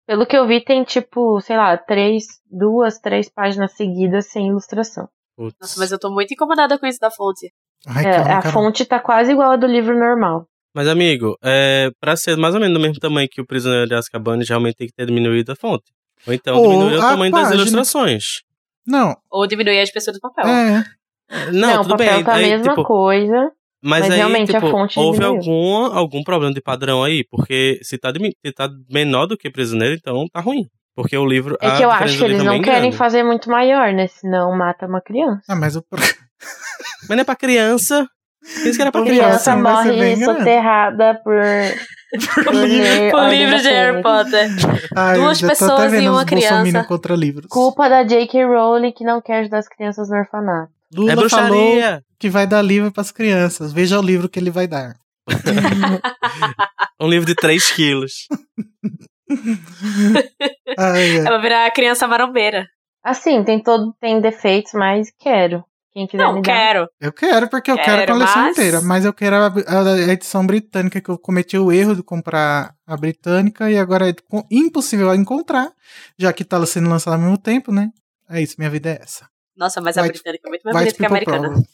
Speaker 2: pelo que eu vi, tem tipo, sei lá, três, duas, três páginas seguidas sem ilustração.
Speaker 3: Putz.
Speaker 4: Nossa, mas eu tô muito incomodada com isso da fonte.
Speaker 1: Ai,
Speaker 2: É,
Speaker 1: calma,
Speaker 2: a
Speaker 1: Carol.
Speaker 2: fonte tá quase igual a do livro normal.
Speaker 3: Mas, amigo, é, pra ser mais ou menos do mesmo tamanho que o Prisioneiro de Azkaban, geralmente tem que ter diminuído a fonte. Ou então
Speaker 1: Ou
Speaker 3: diminuir o
Speaker 1: a
Speaker 3: tamanho das
Speaker 1: página.
Speaker 3: ilustrações.
Speaker 1: Não,
Speaker 4: Ou diminuir as pessoas do papel.
Speaker 2: Hum,
Speaker 1: é.
Speaker 3: Não,
Speaker 2: Não, o
Speaker 3: tudo
Speaker 2: papel
Speaker 3: bem.
Speaker 2: tá a
Speaker 3: aí,
Speaker 2: mesma
Speaker 3: tipo,
Speaker 2: coisa.
Speaker 3: Mas,
Speaker 2: Mas
Speaker 3: aí,
Speaker 2: realmente, a
Speaker 3: tipo,
Speaker 2: fonte
Speaker 3: houve
Speaker 2: diminuiu.
Speaker 3: algum, algum problema de padrão aí, porque se tá, dimi- se tá menor do que prisioneiro, então tá ruim. Porque o livro.
Speaker 2: É
Speaker 3: a
Speaker 2: que eu
Speaker 3: diferença
Speaker 2: acho que
Speaker 3: do
Speaker 2: eles
Speaker 3: livro é
Speaker 2: não
Speaker 3: bem
Speaker 2: querem
Speaker 3: grande.
Speaker 2: fazer muito maior, né? Senão mata uma criança.
Speaker 1: Ah, mas o
Speaker 3: Mas não é pra criança. Isso que era pra
Speaker 1: Ô,
Speaker 3: criança. É
Speaker 2: criança
Speaker 1: criança vai ser
Speaker 2: morre
Speaker 1: bem grande. um
Speaker 2: soterrada por. por ler
Speaker 4: O
Speaker 2: Ordem
Speaker 4: um livro
Speaker 2: da
Speaker 4: de Harry
Speaker 2: Fênix.
Speaker 4: Potter.
Speaker 1: Ai, Ah, eu
Speaker 4: Duas
Speaker 1: já tô até
Speaker 4: pessoas e
Speaker 1: vendo
Speaker 4: uma
Speaker 1: os bolsominion
Speaker 4: criança.
Speaker 1: contra livros.
Speaker 2: Culpa da J.K. Rowling que não quer ajudar as crianças no orfanato.
Speaker 1: Lula falou
Speaker 3: É bruxaria.
Speaker 1: que vai dar livro pras crianças. Veja o livro que ele vai dar.
Speaker 3: Um livro de 3 quilos.
Speaker 1: Ai, ai.
Speaker 4: Ela virar a criança marombeira.
Speaker 2: Assim, tem todo tem defeitos, mas quero. Quem quiser
Speaker 4: Não,
Speaker 2: me dar.
Speaker 4: quero.
Speaker 1: Eu quero, porque eu quero,
Speaker 4: Quero,
Speaker 1: a coleção
Speaker 4: mas-
Speaker 1: inteira. Mas eu quero a, a edição britânica, que eu cometi o erro de comprar a britânica e agora é co- impossível encontrar, já que tá sendo lançada ao mesmo tempo, né? É isso, minha vida é essa.
Speaker 4: Nossa, mas a
Speaker 1: White-
Speaker 4: britânica é muito mais bonita que a
Speaker 1: people
Speaker 4: americana.
Speaker 1: problem.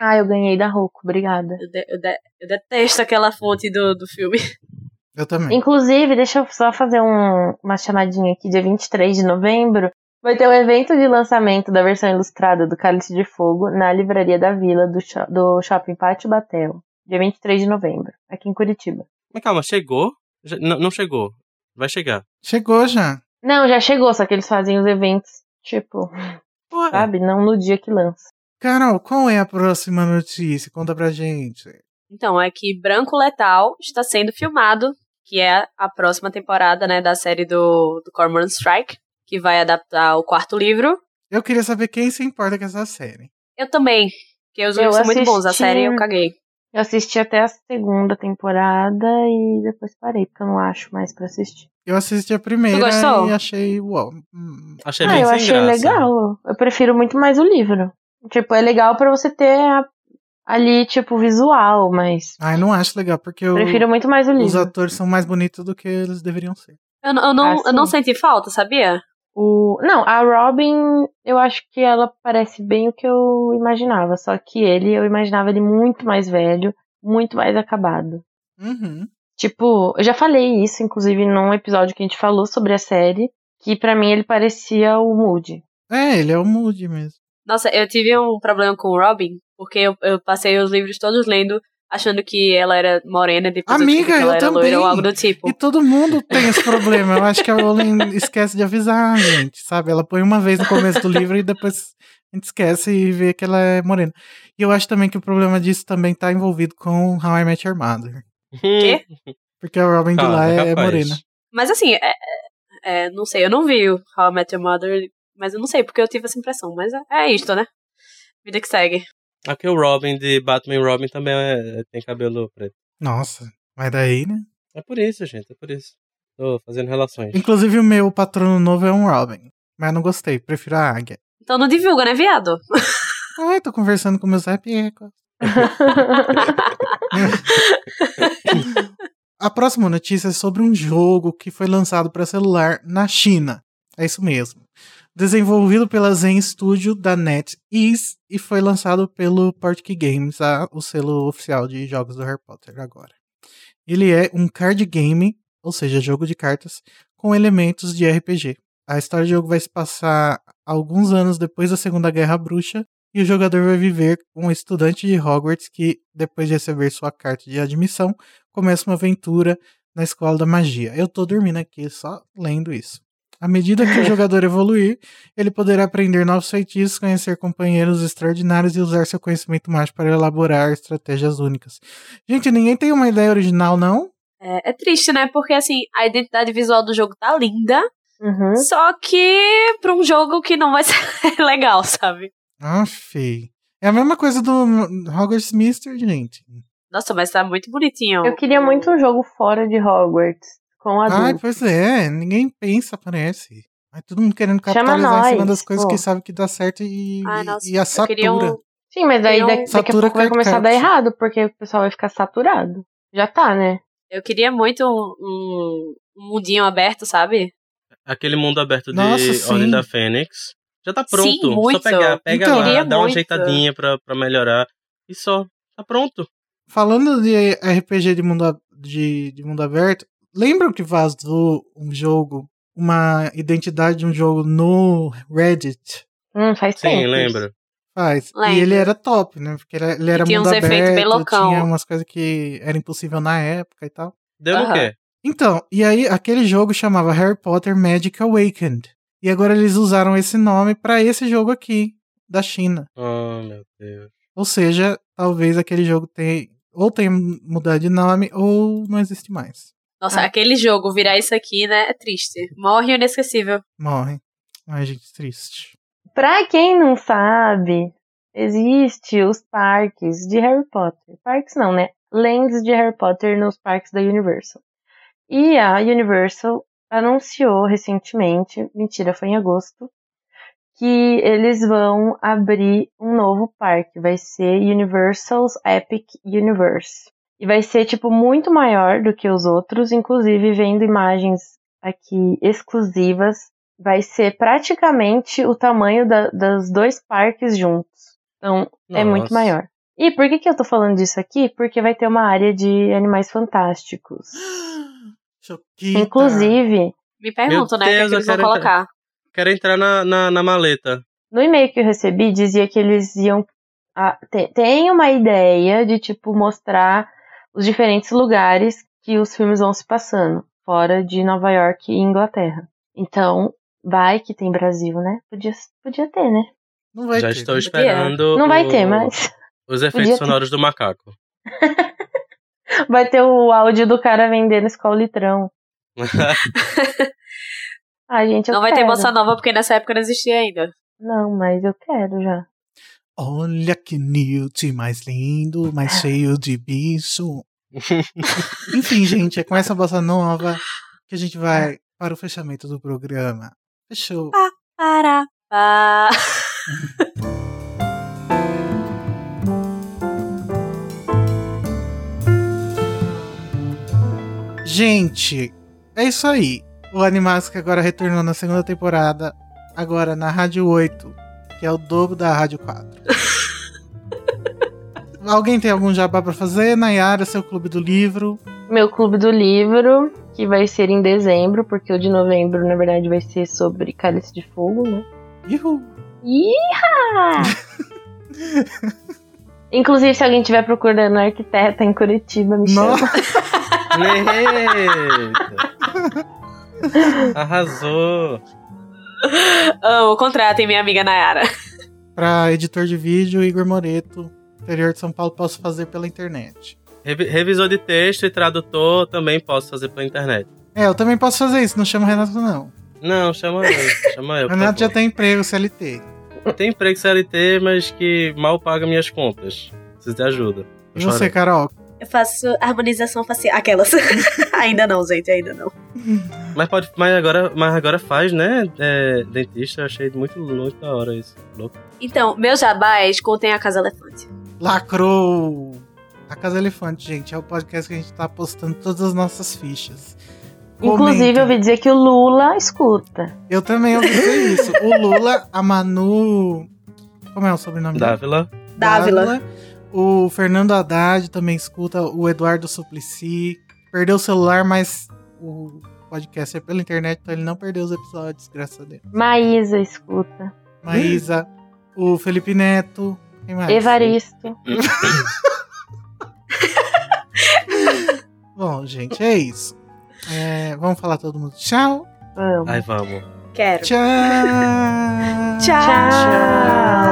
Speaker 2: Ah, eu ganhei da Roku, obrigada.
Speaker 4: Eu, de- eu de- eu detesto aquela fonte do, do filme.
Speaker 1: Eu também.
Speaker 2: Inclusive, deixa eu só fazer um- uma chamadinha aqui, dia 23 de novembro. Vai ter o evento de lançamento da versão ilustrada do Cálice de Fogo na Livraria da Vila do, sho- do Shopping Pátio Batel, dia 23 de novembro, aqui em Curitiba.
Speaker 3: Mas calma, chegou? Já- não, não chegou. Vai chegar.
Speaker 1: Chegou já.
Speaker 2: Não, já chegou, só que eles fazem os eventos, tipo,
Speaker 3: Ué,
Speaker 2: sabe? Não no dia que lança.
Speaker 1: Carol, qual é a próxima notícia? Conta pra gente.
Speaker 4: Então, é que Branco Letal está sendo filmado, que é a próxima temporada, né, da série do, do Cormoran Strike, que vai adaptar o quarto livro.
Speaker 1: Eu queria saber quem se importa com essa série.
Speaker 4: Eu também, porque os
Speaker 2: Eu
Speaker 4: livros são muito bons, a
Speaker 2: assisti-
Speaker 4: série eu caguei.
Speaker 2: Eu assisti até a segunda temporada e depois parei, porque eu não acho mais pra assistir.
Speaker 1: Eu assisti a primeira
Speaker 4: Tu gostou?
Speaker 1: e achei uau. hum,
Speaker 3: achei
Speaker 2: ah,
Speaker 3: é bem
Speaker 2: eu
Speaker 3: sem
Speaker 2: achei
Speaker 3: graça.
Speaker 2: legal. Eu prefiro muito mais o livro. Tipo, é legal pra você ter a- ali, tipo, visual, mas
Speaker 1: Ai, não acho legal, porque eu-
Speaker 2: prefiro muito mais
Speaker 4: um
Speaker 2: o
Speaker 1: os
Speaker 2: livro.
Speaker 1: atores são mais bonitos do que eles deveriam ser.
Speaker 4: Eu, n- eu não,
Speaker 2: Ah,
Speaker 4: eu não
Speaker 2: sim.
Speaker 1: Assim.
Speaker 4: senti falta, sabia?
Speaker 2: O... Não, a Robin, eu acho que ela parece bem o que eu imaginava. Só que ele, eu imaginava ele muito mais velho, muito mais acabado.
Speaker 1: Uhum.
Speaker 2: Tipo, eu já falei isso, inclusive, num episódio que a gente falou sobre a série, que pra mim ele parecia o Moody.
Speaker 1: É, ele é o Moody mesmo.
Speaker 4: Nossa, eu tive um problema com o Robin, porque eu, eu passei os livros todos lendo, achando que ela era morena, depois eu
Speaker 1: Amiga,
Speaker 4: descobri que ela
Speaker 1: eu
Speaker 4: era loira ou
Speaker 1: também.
Speaker 4: algo do tipo.
Speaker 1: E todo mundo tem esse problema. Eu acho que a Rowling esquece de avisar a gente, sabe? Ela põe uma vez no começo do livro e depois a gente esquece e vê que ela é morena. E eu acho também que o problema disso também tá envolvido com How I Met Your Mother.
Speaker 4: Quê?
Speaker 1: Porque a Robin de
Speaker 3: Cara,
Speaker 1: lá é, é
Speaker 3: Hum, Ah, capaz.
Speaker 1: morena.
Speaker 4: Mas assim, é, é- é, não sei, eu não vi o How I Met Your Mother, mas eu não sei porque eu tive essa impressão. Mas é, é isto, né? Vida que segue.
Speaker 3: Aqui o Robin de Batman e Robin também é- tem cabelo preto.
Speaker 1: Nossa, mas daí, né?
Speaker 3: É por isso, gente, é por isso. Tô fazendo relações.
Speaker 1: Inclusive o meu patrono novo é um Robin. Mas não gostei, prefiro a águia.
Speaker 4: Então não divulga, né, viado?
Speaker 1: Ai, tô conversando com o meu Zé Pieco. A próxima notícia é sobre um jogo que foi lançado para celular na China. É isso mesmo. Desenvolvido pela Zen Studio da NetEase e foi lançado pelo Portkey Games, a- o selo oficial de jogos do Harry Potter agora. Ele é um card game, ou seja, jogo de cartas, com elementos de RPG. A história do jogo vai se passar alguns anos depois da Segunda Guerra Bruxa e o jogador vai viver um estudante de Hogwarts que, depois de receber sua carta de admissão, começa uma aventura na escola da magia. Eu tô dormindo aqui só lendo isso. À medida que o jogador evoluir, ele poderá aprender novos feitiços, conhecer companheiros extraordinários e usar seu conhecimento mágico para elaborar estratégias únicas. Gente, ninguém tem uma ideia original, não?
Speaker 4: É, é triste, né? Porque assim, a identidade visual do jogo tá linda,
Speaker 2: Uhum.
Speaker 4: só que pra um jogo que não vai ser legal, sabe?
Speaker 1: Aff. É a mesma coisa do Hogwarts Mystery, gente.
Speaker 4: Nossa, mas tá muito bonitinho.
Speaker 2: Eu queria muito um jogo fora de Hogwarts, com
Speaker 1: Ai,
Speaker 2: adulto.
Speaker 1: pois é, ninguém pensa, parece. Mas todo mundo querendo
Speaker 2: Chama
Speaker 1: capitalizar em cima
Speaker 2: nós,
Speaker 1: das coisas
Speaker 2: pô.
Speaker 1: que sabe que dá certo e,
Speaker 4: Ai, nossa,
Speaker 1: e a
Speaker 4: Eu queria
Speaker 1: satura.
Speaker 4: um,
Speaker 2: Sim, mas aí
Speaker 4: Eu-
Speaker 2: daqui, daqui a
Speaker 1: Satura
Speaker 2: pouco vai começar a dar
Speaker 1: Cardcaptor.
Speaker 2: errado, porque o pessoal vai ficar saturado. Já tá, né?
Speaker 4: eu queria muito um, um- um mundinho aberto, sabe?
Speaker 3: Aquele mundo aberto de
Speaker 1: Nossa, sim.
Speaker 3: Ordem da Fênix. Já tá pronto.
Speaker 4: Sim, muito.
Speaker 3: Só pegar, pega
Speaker 1: Então,
Speaker 3: lá,
Speaker 4: queria
Speaker 3: dá uma
Speaker 4: muito.
Speaker 3: ajeitadinha pra, pra melhorar. E só. Tá pronto.
Speaker 1: Falando de RPG de mundo, a- de, de mundo aberto, lembram que vazou um jogo, uma identidade de um jogo no Reddit?
Speaker 2: Hum, faz tempo.
Speaker 3: Sim,
Speaker 2: isso.
Speaker 3: lembro.
Speaker 1: Faz. E
Speaker 4: Lembro.
Speaker 1: ele era top, né? Porque ele, ele era
Speaker 4: tinha
Speaker 1: mundo
Speaker 4: uns
Speaker 1: aberto,
Speaker 4: efeitos bem loucão.
Speaker 1: tinha umas coisas que era impossível na época e tal.
Speaker 3: Deu no
Speaker 4: Aham.
Speaker 3: quê?
Speaker 1: Então, e aí aquele jogo chamava Harry Potter Magic Awakened. E agora eles usaram esse nome pra esse jogo aqui, da China.
Speaker 3: Ah, meu Deus.
Speaker 1: Ou seja, talvez aquele jogo tenha ou tenha mudado de nome ou não existe mais.
Speaker 2: Ah.
Speaker 4: Nossa, aquele jogo virar isso aqui, né? É triste. Morre o inesquecível.
Speaker 1: Morre. Ai, gente, triste.
Speaker 2: Pra quem não sabe, existe os parques de Harry Potter. Parques não, né? Lands de Harry Potter nos parques da Universal. E a Universal anunciou recentemente, mentira, foi em agosto, que eles vão abrir um novo parque. Vai ser Universal's Epic Universe. E vai ser, tipo, muito maior do que os outros, inclusive vendo imagens aqui exclusivas vai ser praticamente o tamanho da- dos dois parques juntos. Então, é muito
Speaker 3: Nossa.
Speaker 2: maior. E por que, que eu tô falando disso aqui? Porque vai ter uma área de animais fantásticos.
Speaker 1: Choquita.
Speaker 2: Inclusive,
Speaker 4: Me pergunto,
Speaker 3: Meu
Speaker 4: né? o que, é
Speaker 3: Deus,
Speaker 4: que
Speaker 3: eu
Speaker 4: eles vão
Speaker 3: quero
Speaker 4: colocar?
Speaker 3: Quero entrar na, na, na maleta.
Speaker 2: no e-mail que eu recebi, dizia que eles iam. a- te- tem uma ideia de, tipo, mostrar os diferentes lugares que os filmes vão se passando, fora de Nova York e Inglaterra. Então, vai que tem Brasil, né? Podia, podia ter, né?
Speaker 1: Não vai
Speaker 3: Já
Speaker 1: ter.
Speaker 3: estou
Speaker 1: né?
Speaker 4: Podia.
Speaker 3: esperando.
Speaker 2: Não vai
Speaker 3: o-
Speaker 2: ter, mas.
Speaker 3: Os
Speaker 2: Podia
Speaker 3: efeitos
Speaker 2: ter.
Speaker 3: sonoros do macaco.
Speaker 2: Vai ter o áudio do cara vendendo escolitrão. Ah, gente, eu
Speaker 4: Não vai ter
Speaker 2: quero.
Speaker 4: bossa nova porque nessa época não existia ainda.
Speaker 2: Não, mas eu quero já.
Speaker 1: Olha que Newt mais lindo, mais cheio de bicho. Enfim, gente, é com essa bossa nova que a gente vai para o fechamento do programa. Fechou.
Speaker 4: Para. para.
Speaker 1: Gente, é isso aí. O Animax que agora retornou na segunda temporada, agora na Rádio 8, que é o dobro da Rádio 4. Alguém tem algum jabá pra fazer? Nayara, seu clube do livro.
Speaker 2: Meu clube do livro, que vai ser em dezembro, porque o de novembro, na verdade, vai ser sobre Cálice de Fogo, né?
Speaker 1: Ihu.
Speaker 2: Iha! Inclusive, se alguém estiver procurando arquiteta em Curitiba, me chama.
Speaker 1: Nossa,
Speaker 3: Eita. Arrasou.
Speaker 4: Amo, contratem minha amiga Nayara.
Speaker 1: pra editor de vídeo, Igor Moreto, interior de São Paulo, posso fazer pela internet.
Speaker 3: Revi- revisor de texto e tradutor também posso fazer pela internet.
Speaker 1: É, eu também posso fazer isso, não chama o Renato, não.
Speaker 3: Não, chama eu. Chama eu.
Speaker 1: O
Speaker 3: por
Speaker 1: Renato já
Speaker 3: favor.
Speaker 1: tem emprego CLT.
Speaker 3: Tem emprego CLT, mas que mal paga minhas contas. Preciso de ajuda.
Speaker 1: E você, Carol?
Speaker 6: Eu faço harmonização facial. Aquelas. ainda não, gente, ainda não.
Speaker 3: Mas, pode, mas, agora, mas agora faz, né? É, dentista, eu achei muito louco da hora isso. Louco.
Speaker 4: Então, meus jabás contém a Casa Elefante.
Speaker 1: Lacrou! A Casa Elefante, gente, é o podcast que a gente tá postando todas as nossas fichas.
Speaker 2: Inclusive,
Speaker 1: Comentem.
Speaker 2: eu ouvi dizer que o Lula escuta.
Speaker 1: Eu também ouvi dizer isso. O Lula, a Manu. Como é o sobrenome dela?
Speaker 3: Dávila.
Speaker 6: Dávila.
Speaker 1: O Fernando Haddad também escuta. O Eduardo Suplicy. Perdeu o celular, mas o podcast é pela internet, então ele não perdeu os episódios, graças a Deus.
Speaker 2: Maísa escuta.
Speaker 1: Maísa. o Felipe Neto. Quem mais?
Speaker 2: Evaristo.
Speaker 1: Bom, gente, é isso. É, vamos falar todo mundo. Tchau.
Speaker 2: Vamos.
Speaker 3: Ai, vamos.
Speaker 6: Quero.
Speaker 1: Tchau.
Speaker 4: Tchau.
Speaker 2: Tchau.